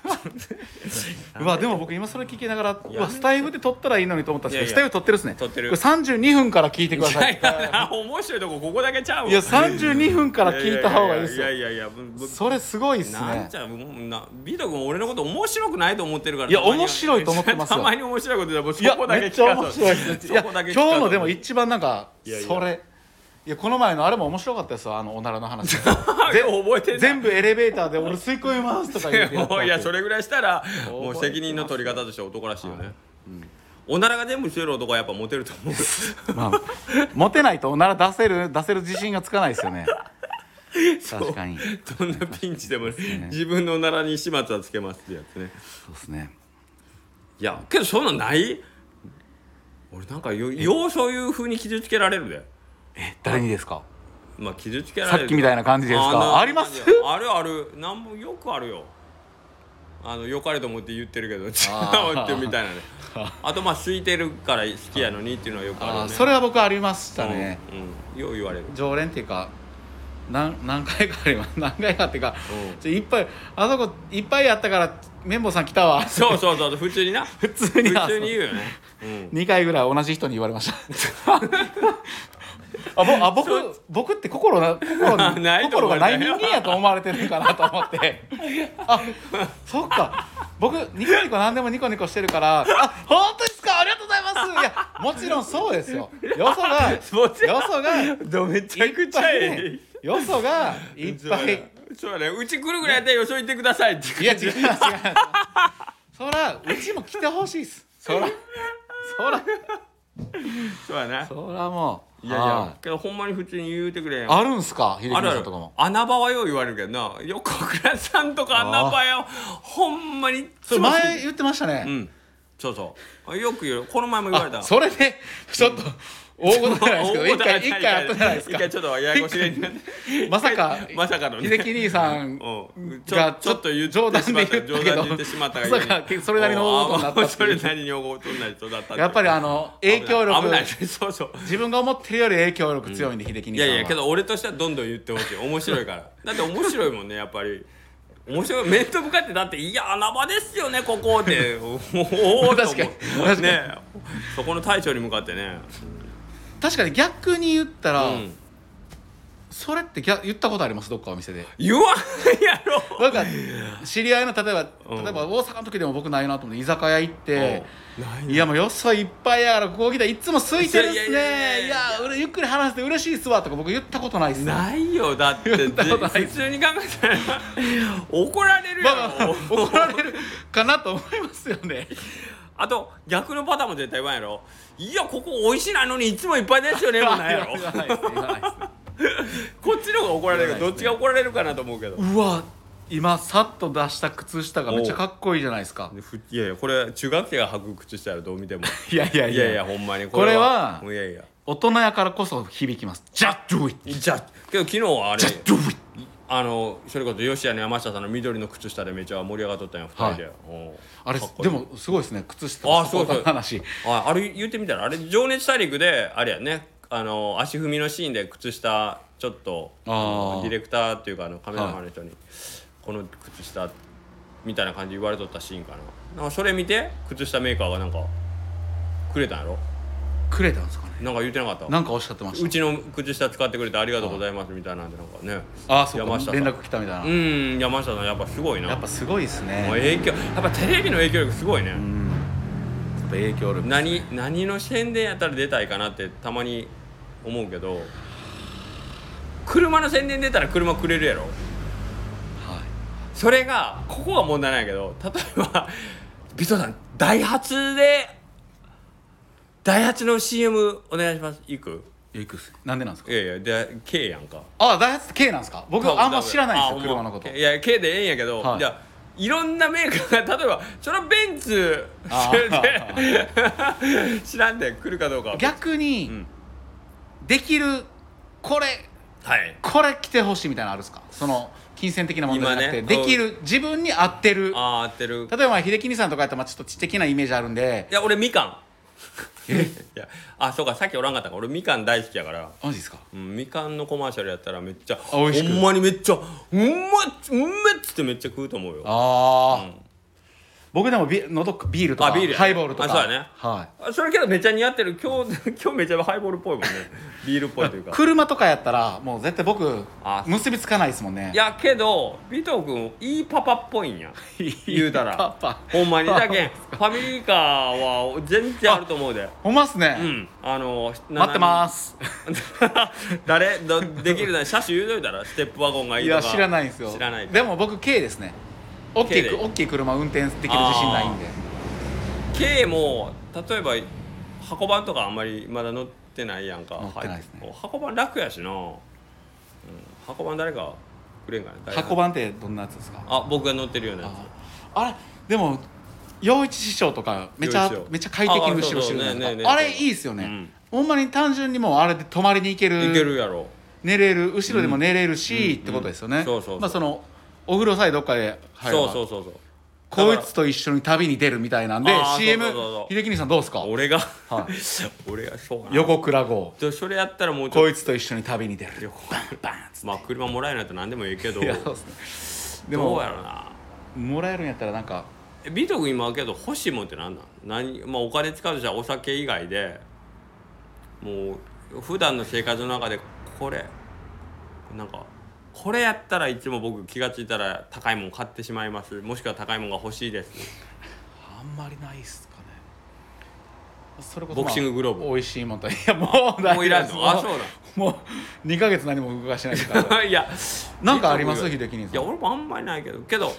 うわでも僕今それ聞きながらうやわスタイフで撮ったらいいのにと思ったんですけどいやいやスタイフ撮ってるっすね撮ってるこれ32分から聞いてくだいさやいいやな 面白いとこここだけちゃうわいや32分から聞いた方がいいですよやいやいやいやいやいやぶぶそれすごいっすなんねちゃうもうなビート君俺のこと面白くないと思ってるからいやたまに面白いと思ってます よたまに面白いことでもうそいやこだけめっ聞ちゃか面す白いですねいやそこ今だけ日聞かすのでも一番なんかいやいやそれいやこの前のあれも面白かったですよあのおならの話で 覚えてんな全部エレベーターで俺吸い込みま すとか言ってやったいやそれぐらいしたら覚えてもますう責任の取り方として男らしいよね、おならが全部してる男はやっぱモテると思うまあモテないとおなら出せる出せる自信がつかないです よね確かにそ うどんなピンチでも自分のおならに始末はつけますってやつねですねいやけどそんなんない俺なんかよようそういう風に傷つけられるでえ誰にですかまあ傷つけられさるっきみたいな感じですあかなありますあるあるなんもよくあるよあのよかれと思って言ってるけど違うあー ってみたいなねあとまあ空いてるから好きやのにっていうのはよくあるあよねそれは僕ありましたね、うん、うん、よう言われる常連っていうか何何回かあります何回かっていうかうんちょいっぱいあそこいっぱいやったから綿棒さん来たわそうそうそう普通に な普通にな言うよね、うん、 2回ぐらい同じ人に言われました あぼあ僕僕って心な心 にないと心思うがよない人間やと思われてるんかなと思ってあそっか僕ニコニコ何でもニコニコしてるからあ本当ですかありがとうございますいやもちろんそうですよよそがよもちろんそがいっどめちゃくちぱゃいえねよそがえいっぱいそうやねうち来るぐらいやったらよそ行ってくださいっていや違う違う違うそらうちも来てほしいっすそらそら そうやねそらもういやいはやけどほんまに普通に言うてくれんあるんすか秀樹あるあさんるとかも穴場はよう言われるけどな横倉さんとか穴場よほんまにそれ前言ってましたうね、んそうそうよく言うこの前も言われたあそれでちょっと大ごとじゃないですけど 大事一な回話一回あったじゃないです一か回ちょっとややこしいね まさか まさかのね秀樹兄さんうんちょがちょっと言ってし冗まっ談たで言った冗け談どで言ってしまったまがゆえさにかそれなりの大ごとにあなったっあていうそれなりに大ごとになりそうだったていうやっぱりあの影響力危ない危ないそうそう自分が思ってるより影響力強いんで、秀樹い兄さやんはいやけど俺としてはどんどん言ってほしい面白いからだって面白いもんねやっぱり面白い面と向かってだって「いや穴場ですよねここ」 っておおお確かに確かにねそこの大将に向かってね確かに逆に言ったら、うんそれってぎゃ言ったことありますどっかお店で言わんやろなんか知り合いの例えば例うんえば大阪の時でも僕ないなと思って居酒屋行ってうんないいやもうよそいっぱいやからここ来たらいつも空いてるっすいやいやいねやいいやや俺ゆっくり話して嬉しいっすわとか僕言ったことないっすねないよだって言ったことない普通に考えたら怒られるまやあまあろ怒られるかなと思いますよねあと逆のパターンも絶対言わんやろいやここ美味しいなのにいつもいっぱいですよ ねもないやろ言わないっすね言わないっすねこっちの方が怒られるけどどっちが怒られるかなと思うけどうわ今さっと出した靴下がめっちゃかっこいいじゃないですかでふいやいやこれ中学生が履く靴下やらどう見てもいやいやいやいやほんまにこいやいや大人やからこそ響きます Just do it じゃけど昨日はあれ Just do it あのそれこそ吉谷の山下さんの緑の靴下でめちゃ盛り上がっとったんや二人で、うんあれかっこいいでもすごいですね靴下あのーそうそう話ああれ言ってみたらあれ「情熱大陸」であれやねあの足踏みのシーンで靴下ちょっとあーのディレクターっていうかあのカメラマンの人に、この靴下みたいな感じで言われとったシーンかななんかそれ見て靴下メーカーがなんかくれたんやろくれたんですかねなんか言ってなかったなんかおっしゃってましうちの靴下使ってくれてありがとうございますみたいなんでなんかねたああそ山う下さかん連絡来たみたいなうん山下さんやっぱすごいなやっぱすごいですもうね。影響やっぱテレビの影響力すごいね、うん。やっぱ影響力。何何の宣伝やったら出たいかなってたまに思うけど車の宣伝出たら車くれるやろはい。それがここが問題なんやけど例えばビトさんダイハツでダイハツの CM お願いしますいくいくつ？なんでなんですかい。やいやで K やんかあ、ダイハツ K なんですか。僕あんま知らないんですよあほま車のこと。いや K でええんやけど、はいい、やいろんなメーカーが 例えばそれはベンツあ 知らんで来るか どうかは逆うにんできるこれはいこれ着てほしいみたいなのあるんですか。その金銭的な問題じゃなくて今ねできる自分に合ってる。ああ合ってる例えば秀樹兄さんとかやったらまあちょっと知的なイメージあるんでい。や俺みかん いやあそうかさっきおらんかったから俺みかん大好きやから、マジですか。うん、みかんのコマーシャルやったらめっちゃあ美味しくほんまにめっちゃうんまっうんめっつってめっちゃ食うと思うよあああうん。僕でもビのどビールとかあビールやねハイボールとか。あそうやねはい。それけどめっちゃ似合ってる今日 今日めっちゃハイボールっぽいもんねビールっぽいという か車とかやったらもう絶対僕あそう結びつかないですもんねいやけど尾藤君いいパパっぽいんや言うたらパパほんまに だけんファミリーカーは全然あると思うでほんまっすね、うんあのー待ってますす 誰どできるなら車種言うといたらステップワゴンがいいいとかや知らないんですよ知らないでも僕 K ですね大き K いで大きい車運転できる自信ないんで K も例えば箱番とかあんまりまだ乗ってないやんか乗ってないですねはい箱番楽やしな、うん、箱番誰かくれんかな誰か箱番ってどんなやつですかあ僕が乗ってるようなやつああれでも陽一師匠とかめち陽ゃ一師匠めちゃ快適に後ろしてるじゃないですかあああそうそうねえねえねえれいいですよね、ほんまに単純にもうあれで泊まりに行けるいけるやろ寝れる後ろでも寝れるし、ってことですよね、そうそうそうまあそのお風呂さえどっかで入ればそうそうそうそうこいつと一緒に旅に出るみたいなんであー CM そうそうそうそう秀樹兄さんどうですか俺が、は 俺がそうかな横倉号でそれやったらもうちょこっいつと一緒に旅に出るバンバンっつっとまあ車もらえないと何でもいいけどていやそうですねでどうもやろなもらえるんやったらなんかえビート君今けど欲しいもんって何なん何、まあ、お金使うとしたらお酒以外でもう普段の生活の中でこれなんかこれやったらいつも僕気が付いたら高いもん買ってしまいますもしくは高いもんが欲しいです あんまりないっすかねそれこそ、ボクシンググローブ美味しいもんといやもうもういらん大丈夫ですのあそうもう2か月何も動かしてないです からだいやなんかありますい秀樹兄さやん俺もあんまりないけどけど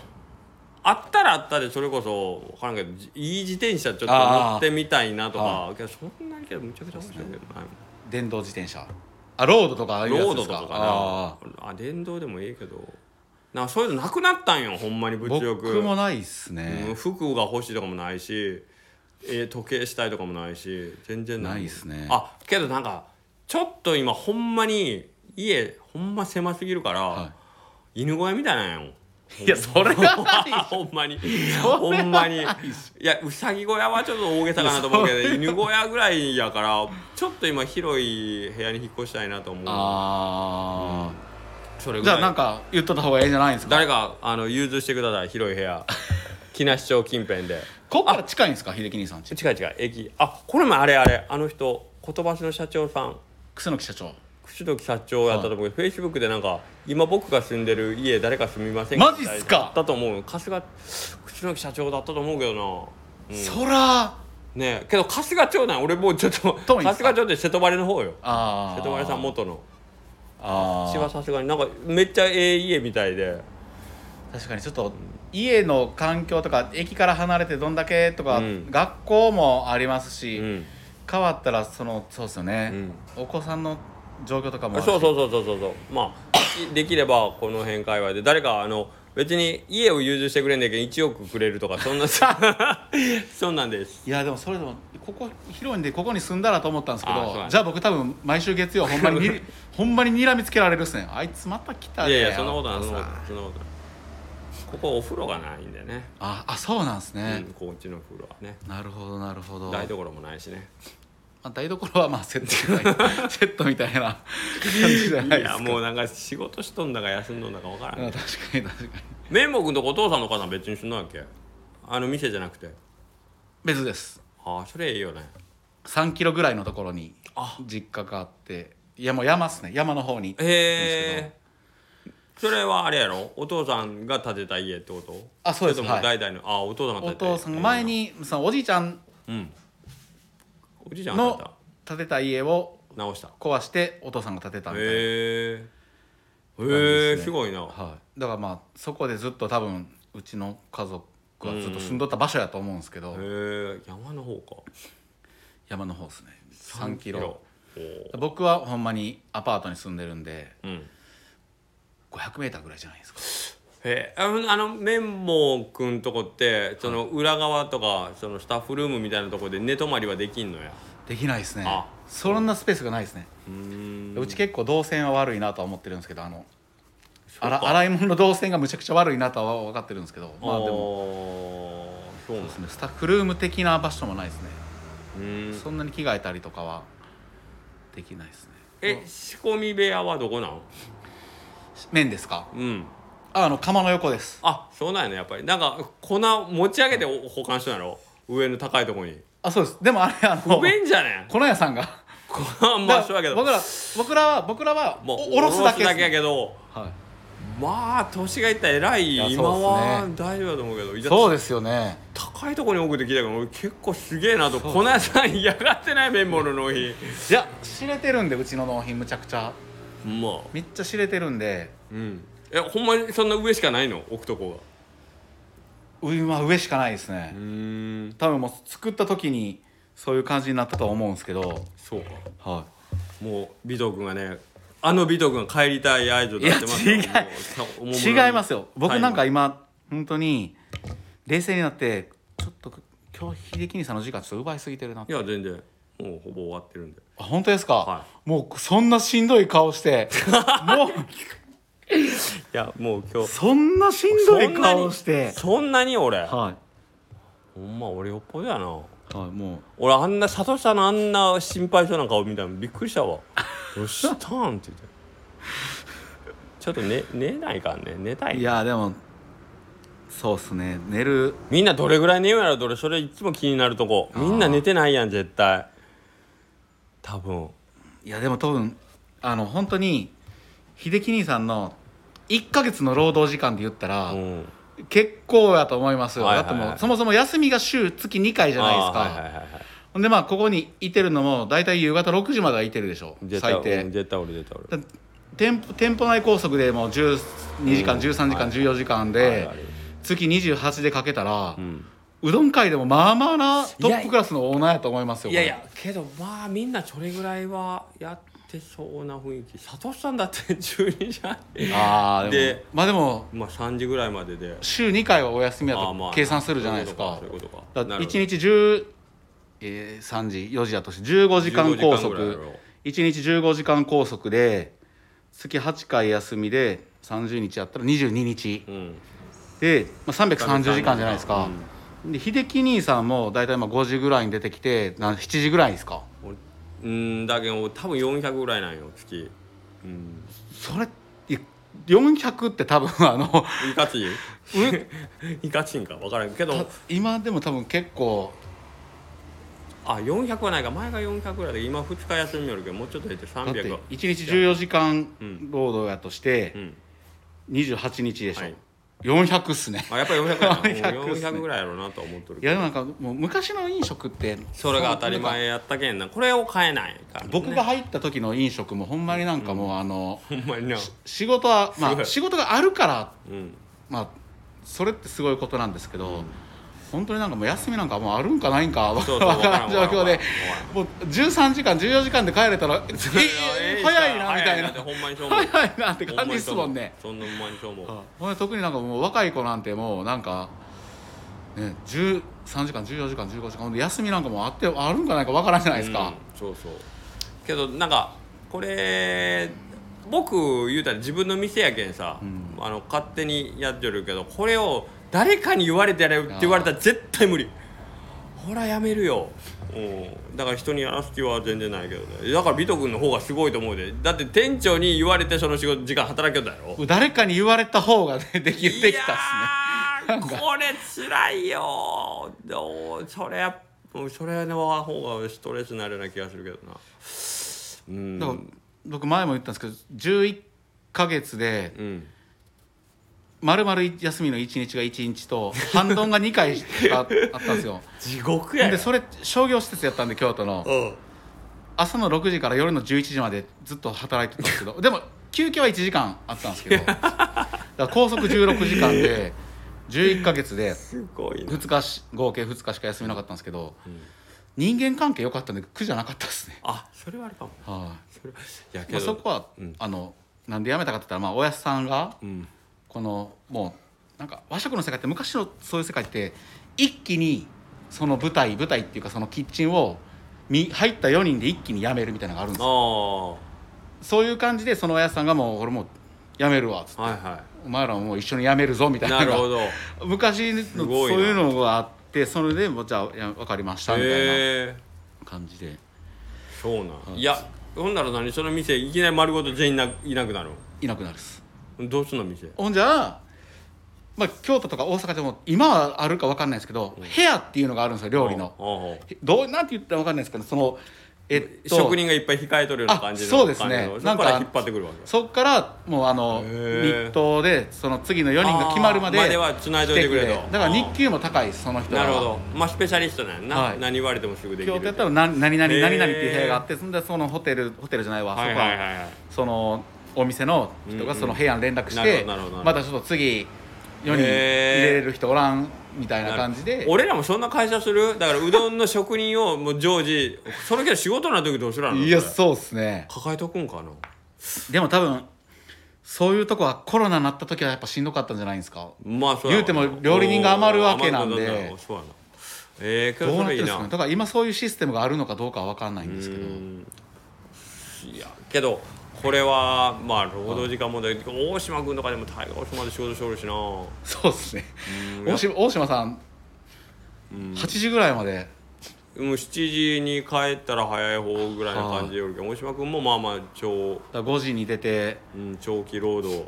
あったらあったでそれこそ分からんけどじいい自転車ちょっと乗ってみたいなとかけどそんなにけどむちゃくちゃ欲しいけどない電動自転車あロードとかああいうやローつでドすとかかかあーなあ電動でもいいけどなんかそういうのなくなったんよほんまに物欲僕もないっすね、うん服が欲しいとかもないし、えー時計したいとかもないし全然ないないっすねあけどなんかちょっと今ほんまに家ほんま狭すぎるから、は犬小屋みたいなんよいやそれは ない ほんまにほんまにいやうさぎ小屋はちょっと大げさかなと思 うけど犬小屋ぐらいやからちょっと今広い部屋に引っ越したいなと思うあそれあぐじらいゃあなんか言っとった方がいいんじゃないですか誰かあの融通してください広い部 屋木梨町近辺でこっから近いんですか秀樹兄さんち違う違う駅あこれもあれあれあの人言葉市の社長さん楠木社長楠木社長やったと思うけど、フェイスブックでなんか今僕が住んでる家誰か住みませんマジっすかみたいなだと思う春日楠木社長だったと思うけどな、うんそらねえけど春日町なん俺もうちょっと遠いん春す日か町って瀬戸割れの方よあ瀬あ戸割れさん元のあ私はあさすがになんかめっちゃええ家みたいで確かにちょっと家の環境とか駅から離れてどんだけとか、うん学校もありますし、うん変わったらそのそうですよね、お子さんの状況とかもあるしそうそうそうそうそうそうまあいできればこの辺界隈で誰かあの別に家を融通してくれんねんけど1億くれるとかそんな そんなんですいやでもそれでもここ広いんでここに住んだらと思ったんですけあそうど、だねじゃあ僕多分毎週月曜ほんまに にほんまに睨みつけられるっすねあいつまた来たいでやいやそんなことないそんなことさないそんなことないここお風呂がないんでね、ああそうなんですうねん、、こっちの風呂はねなるほどなるほど台所もないしねあ台所はまあセットじゃない セットみたいな感じじゃいないですやかもうなんか仕事しとんだか休んどんだか分からんけうどん確かに確かに綿棒君とこお父さんのお母さん別に住んだっけあの店じゃなくて別ですああそれいいよね3キロぐらいのところにあ実家があっていやもう山っすね山の方にへえそれはあれやろお父さんが建てた家ってことあそうですれともは代い々の、あお父さんがお建てた家父さんが前にそのおじいちゃんうんおじいちゃんが建てたの建てた家を直したへ壊してお父さんが建てたみたいなえ感じへえですねすごいなはい、だからまあそこでずっと多分うちの家族はずっと住んどった場所やと思うんですけど、へえ山の方か山の方ですね3キロ三キロ僕はほんまにアパートに住んでるんでおーうん5 0 0ーぐらいじゃないですかへえあのあの綿棒くんとこってその裏側とかそのスタッフルームみたいなとこで寝泊まりはできんのやできないですねあそんなスペースがないですね、うーんうち結構動線は悪いなとは思ってるんですけどあのそうあから洗い物の動線がむちゃくちゃ悪いなとは分かってるんですけどまあでももそうなんそうですねスタッフルーム的な場所もないですね、うーんそんなに着替えたりとかはできないですねえ仕込み部屋はどこなん面ですかうんああの釜の横ですあそうなんやねやっぱりなんか粉持ち上げてお保管したんやろ上の高いとこにあそうですでもあれあの不便じゃねん 粉屋さんが粉はまあそうやけど僕ら僕らは僕らはもうおおろすだけです、やけどはいまあ年がいったら偉いいや今はそう大丈夫だと思うけどいやそうですよね高いとこに置くって聞いたけど俺結構すげえなと粉さん嫌がってない綿棒の納品いや知れてるんでうちの納品むちゃくちゃまあめっちゃ知れてるんでうんえほんまにそんな上しかないの置くとこ上は上しかないですがねう、ーん多分もう作った時にそういう感じになったとは思うんですけどそうかはもう尾藤君がねあの尾藤君が帰りたい合図を出してますいやい違いますよ僕なんか今今本当に冷静になってちょっと今日秀樹兄さんの時間ちょっと奪いすぎてるないや全然もうほぼ終わってるんであ本当ですか、はもうそんなしんどい顔してもういやもう今日そんなしんどい顔してそんなに俺、は、ほんま俺よっぽどやないはい、もう俺あんな佐藤さんのあんな心配そうな顔見たのびっくりしたわどうしたんって言ってちょっと寝寝ないかんね寝たいいねやでもそうっすね寝るみんなどれぐらい寝ようやろどれそれいつも気になるとこみんな寝てないやん絶対多分いやでも多分あの本当に秀樹兄さんの1ヶ月の労働時間で言ったら、うん結構やと思いますよ、はいはいはいだってもうそもそも休みが週月2回じゃないですか、あーはいはいはいはいほんでまあここにいてるのも大体夕方6時まではいてるでしょ絶対最低、うん絶対俺絶対だ店舗店舗内拘束でもう12時間、うん13時間、はい14時俺間で、あるある月28でかけたら、ううんどん界でもまあまあなトップクラスのオーナーやと思いますよいやいやけどまあみんなそれぐらいはやってそうな雰囲気佐藤さんだって12時 半これああでもでまあでもまあ3時ぐらいまでで週2回はお休みやあーまとあ計算するじゃないですかそういうことかだな1るほど日10、えー3時4時だとして15時間拘15時間ぐ束らいやろ1日15時間拘束で月8回休みで30日やったら22日うんで、まあ、330時間じゃないですか、で秀樹兄さんも大体まあ5時ぐらいに出てきてな7時ぐらいですか俺うんだけど多分400ぐらいなんよ月うんそれいや400って多分 あのいかちん いかちんか分からんけど今でも多分結構あ400はないか前が400ぐらいで今2日休みよるけどもうちょっと減ってだって300 1日14時間うん労働やとしてうん28日でしょ、はい400っすねあやっぱり400やな 400っすね400ぐらいやろうなとは思っとるいけやどでもなんかもう昔の飲食ってそれが当たり前やったけんなこれを変えないからね僕が入った時の飲食もほんまになんかもうあのほんま にな仕事はますごあい仕事があるからうんまあそれってすごいことなんですけど本当になんかもう休みなんかもうあるんかないんかわそうそうからん状わからんわからん況でもう13時間14時間で帰れたらええ早いなみたいな早ほんまにそう思う早いな って感じですもんねほまにそう思うそんなほんまにそう思うほんで特になんかもう若い子なんてもうなんかね13時間14時間15時間ほんで休みなんかもうあってあるんかないかわからんじゃないですか、うんそうそうけどなんかこれ僕言うたら自分の店やけんさ、あの勝手にやってるけどこれを誰かに言われてやれって言われたら絶対無理ほらやめるよ、うん、だから人にやらす気は全然ないけどねだからビト君の方がすごいと思うでだって店長に言われてその仕事時間働けたやろ誰かに言われた方がね できるできたっいやーこれつらいよどうそれやっぱそれの方がストレスになるような気がするけどなうんすねだから僕前も言ったんですけど11ヶ月でうん丸々休みの1日が1 日と半ドンが2回しかあったんですよ地獄やででそれ商業施設やったんで京都のうん朝の6時から夜の11時までずっと働いてたんですけどでも休憩は1時間あったんですけ どだから拘束16時間で11ヶ月ですごいな2日し合計2日しか休みなかったんですけど、人間関係良かったんで苦じゃなかったですね、あそれはあるかもはいそれいやけまあ、どそこは、あのなんで辞めたかって言ったら、まあ、おやすさんがうんこのもうなんか和食の世界って昔のそういう世界って一気にその舞台舞台っていうかそのキッチンをみ入った4人で一気に辞めるみたいなのがあるんですあよあはそういう感じでそのおやすさんがもう俺もう辞めるわっつっていはお前らももう一緒に辞めるぞみたいいななるのがほどへ昔のすそうごいないうのがあってそれでもうじゃあいや分かりましたみたいなえ感じで、そうなんいやほんなら何その店いきなり丸ごと全員なくいなくなるいなくなるっすどうすんの店ほんじゃまあ、京都とか大阪でも今はあるか分かんないですけど、部屋っていうのがあるんですよ料理の、のどうなんて言ったら分かんないですけどそのえっと職人がいっぱい控えとるような感じのあそうですね感じのそこかなら引んかっ張ってくるわけそっからもうあのへー日当でその次の4人が決まるまであーまでは繋いでおいてくれと来だから日給も高いですその人らなはるほどまあスペシャリストなんやな、はい何言われてもすぐでき京る都やったら何何々へー何々っていう部屋があってそんでそのホテルホテルじゃないわ、はいそこはいははいはいそのお店の人がその部屋に連絡しうんうて、んなるほどなるほどまたちょっと次4人入れれる人おらんみたいな感じで俺らもそんな会社するだからうどんの職人をもう常時その人仕事の時どうするのいやそれそうっすね抱えとくんかなでも多分そういうとこはコロナになった時はやっぱしんどかったんじゃないんですかまあそうやわ言うても料理人が余るわけなん余でることになるそうやなえー、けどうどなそれっていいるんですかなねだから今そういうシステムがあるのかどうかは分かんないんですけどうんいやけどこれはまあ労働時間問題大島君とかでも大概大島で仕事しとるしなそうですねうん大島大島さん8時ぐらいまでもう7時に帰ったら早い方ぐらいの感じでおるけど大島君もまあまあ長,、だから5時に出てうん、長期労働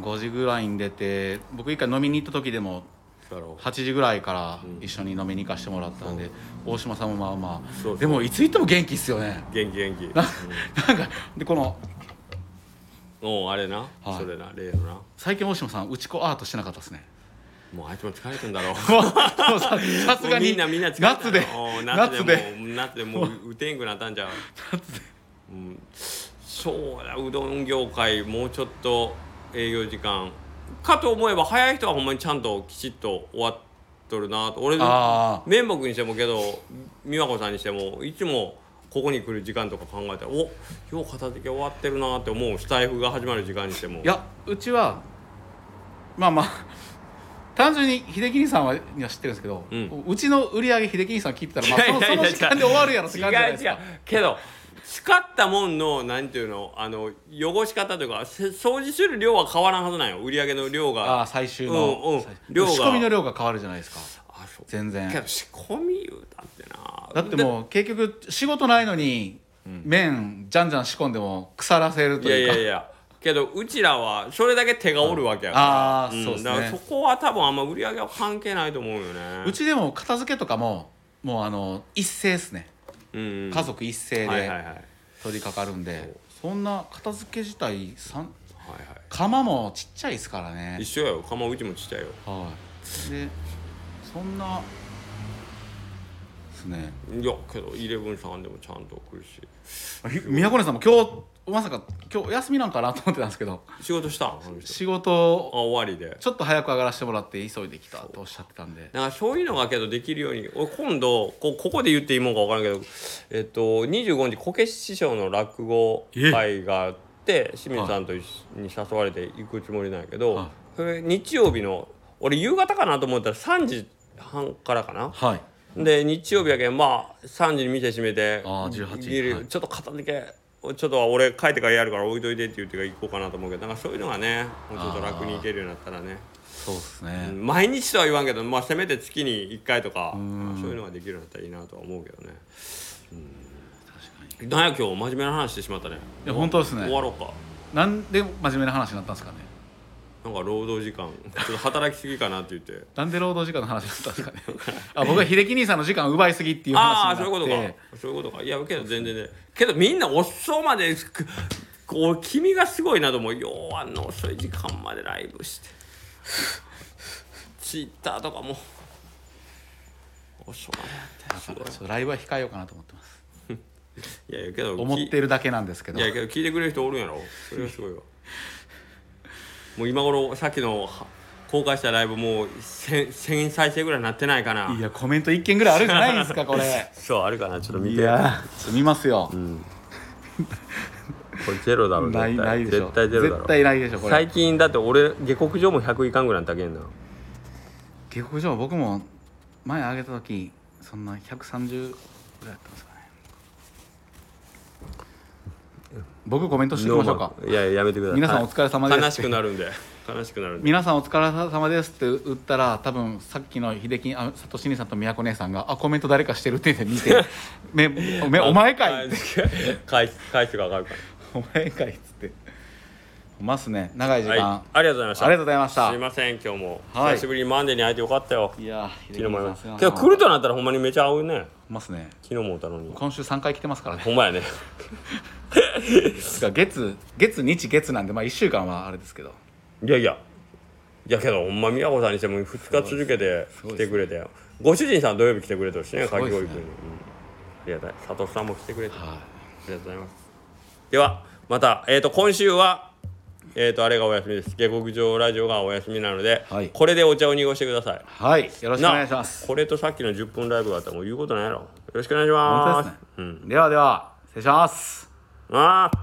5時ぐらいに出て僕一回飲みに行った時でもだろう8時ぐらいから一緒に飲みに行かしてもらったんで、大島さんもまあまそうそうあでもいつ行っても元気っすよね元気元気なんかでこのおうあれな、はいそれな例のな最近大島さん打ち子アートしてなかったですねもうあいつも疲れてんだろう もうささすがもうにみんなみんな疲れた夏でおう夏夏ででもう夏でもう打てんくなったんじゃううん、そうだうどん業界もうちょっと営業時間かと思えば早い人はほんまにちゃんときちっと終わっとるなと俺あー面目にしてもけど美和子さんにしてもいつもここに来る時間とか考えたらおよう片付け終わってるなって思うスタイフが始まる時間にしてもいやうちはまあまあ 単純に秀樹兄さんはには知ってるんですけど、ううんちの売り上げ秀樹兄さん聞いてたら、まあ、いそやのいやいそやの時間で終わるやろって感じじゃないですか違う違うけど使ったもんのなんていうのあの汚し方というかせ掃除する量は変わらんはずなんよ売り上げの量あがあ最終の、うんうん最終量が仕込みの量が変わるじゃないですかあそう全然けど仕込み言うたってなだってもう結局仕事ないのに麺じゃんじゃん仕込んでも腐らせるといやいいうかやいやけどうちらはそれだけ手がおるわけやから、あーそうっすねだからそこは多分あんま売り上げは関係ないと思うよねうちでも片付けとかももうあの一斉ですねうん家族一斉はいはいはいはでいはい取り掛かるんで、そんな片付け自体さんは釜もちっちゃいですからいね一緒やよ釜うちもちっちゃいよはいでそんなですねいやけどイレブンさんでもちゃんと来るしひ宮古根さんも今日まさか今日休みなんかなと思ってたんですけど仕事したんあの人仕事あ終わりでちょっと早く上がらせてもらって急いできたとおっしゃってたんでなんかそういうのがけどできるように俺今度こここで言っていいもんか分からんけど、えっと、25日こけし師匠の落語会があって清水さんと一緒に誘われて行くつもりなんやけど、はいそれ日曜日の俺夕方かなと思ったら3時半からかなはいで日曜日やけんまあ3時に店閉めてあー18ギリはいちょっと片付けちょっと俺帰ってからやるから置いといてって言ってから行こうかなと思うけどなんかそういうのがねもうちょっと楽に行けるようになったらね。そうですね、毎日とは言わんけど、まあ、せめて月に1回とかそういうのができるようになったらいいなとは思うけどね確かになんや今日真面目な話してしまったねいや本当ですね終わろうかなんで真面目な話になったんですかねなんか労働時間ちょっと働きすぎかなって言ってなんで労働時間の話になったんですかねあ僕は秀樹兄さんの時間を奪いすぎっていうああ話そういうこになっとてかそういうことかいやけど全然ねけどみんな遅うまでくこう君がすごいなと思うようあんな遅い時間までライブしてツイッターとかも遅いなってすごいちょっとライブは控えようかなと思ってますいやいやけど思っているだけなんですけどいやけど聞いてくれる人おるんやろそれがすごいわもう今頃さっきのは公開したライブもう 1000, 1000再生ぐらいなってないかないやコメント1件ぐらいあるんじゃないですかこれそうあるかなちょっと見いてやちょっと見ますよ、これゼロだろない絶な対いでしょ絶対ゼロだろ絶対ないでしょこれ最近だって俺下克上も100いかんぐらいなったけんな下克上僕も前上げた時そんな130ぐらいだったんですかね僕コメントしていきましょうかノーマンいやいややめてください皆さんお疲れ様です悲しくなるんで悲しくなるんで皆さんお疲れ様ですって打ったら多分さっきの秀樹あさとしにさんと宮子姉さんが「あコメント誰かしてる」って 見て「めめお前かい」回数回数が上がる から「お前かい」っつってますね長い時はい間、ありがとうございましたありがとうございましたすいません今日も、はい久しぶりにマンデーに会えてよかったよいやー昨日も会いま秀樹さんしたけど来るとなったらほんまにめちゃ合うねますね昨日も会うたのに今週3回来てますからねほんまやねつか月月日月なんでまあ1週間はあれですけどいやいやいやけどほんま美和子さんにしても2日続けてごい来でてすくれて、ご主人さん土曜日来てくれたしねかごいきです氷ね君に、うん、ありがたい佐藤さんも来てくれてあはりがとうございますではまたえっ、と今週はえっ、とあれがお休みです下克上ラジオがお休みなので、はいこれでお茶を濁してくださいい、はい、よろしくお願いしますなこれとさっきの10分ライブがあったらもう言うことないやろよろしくお願いします本当ですね、ではでは失礼しますうんあー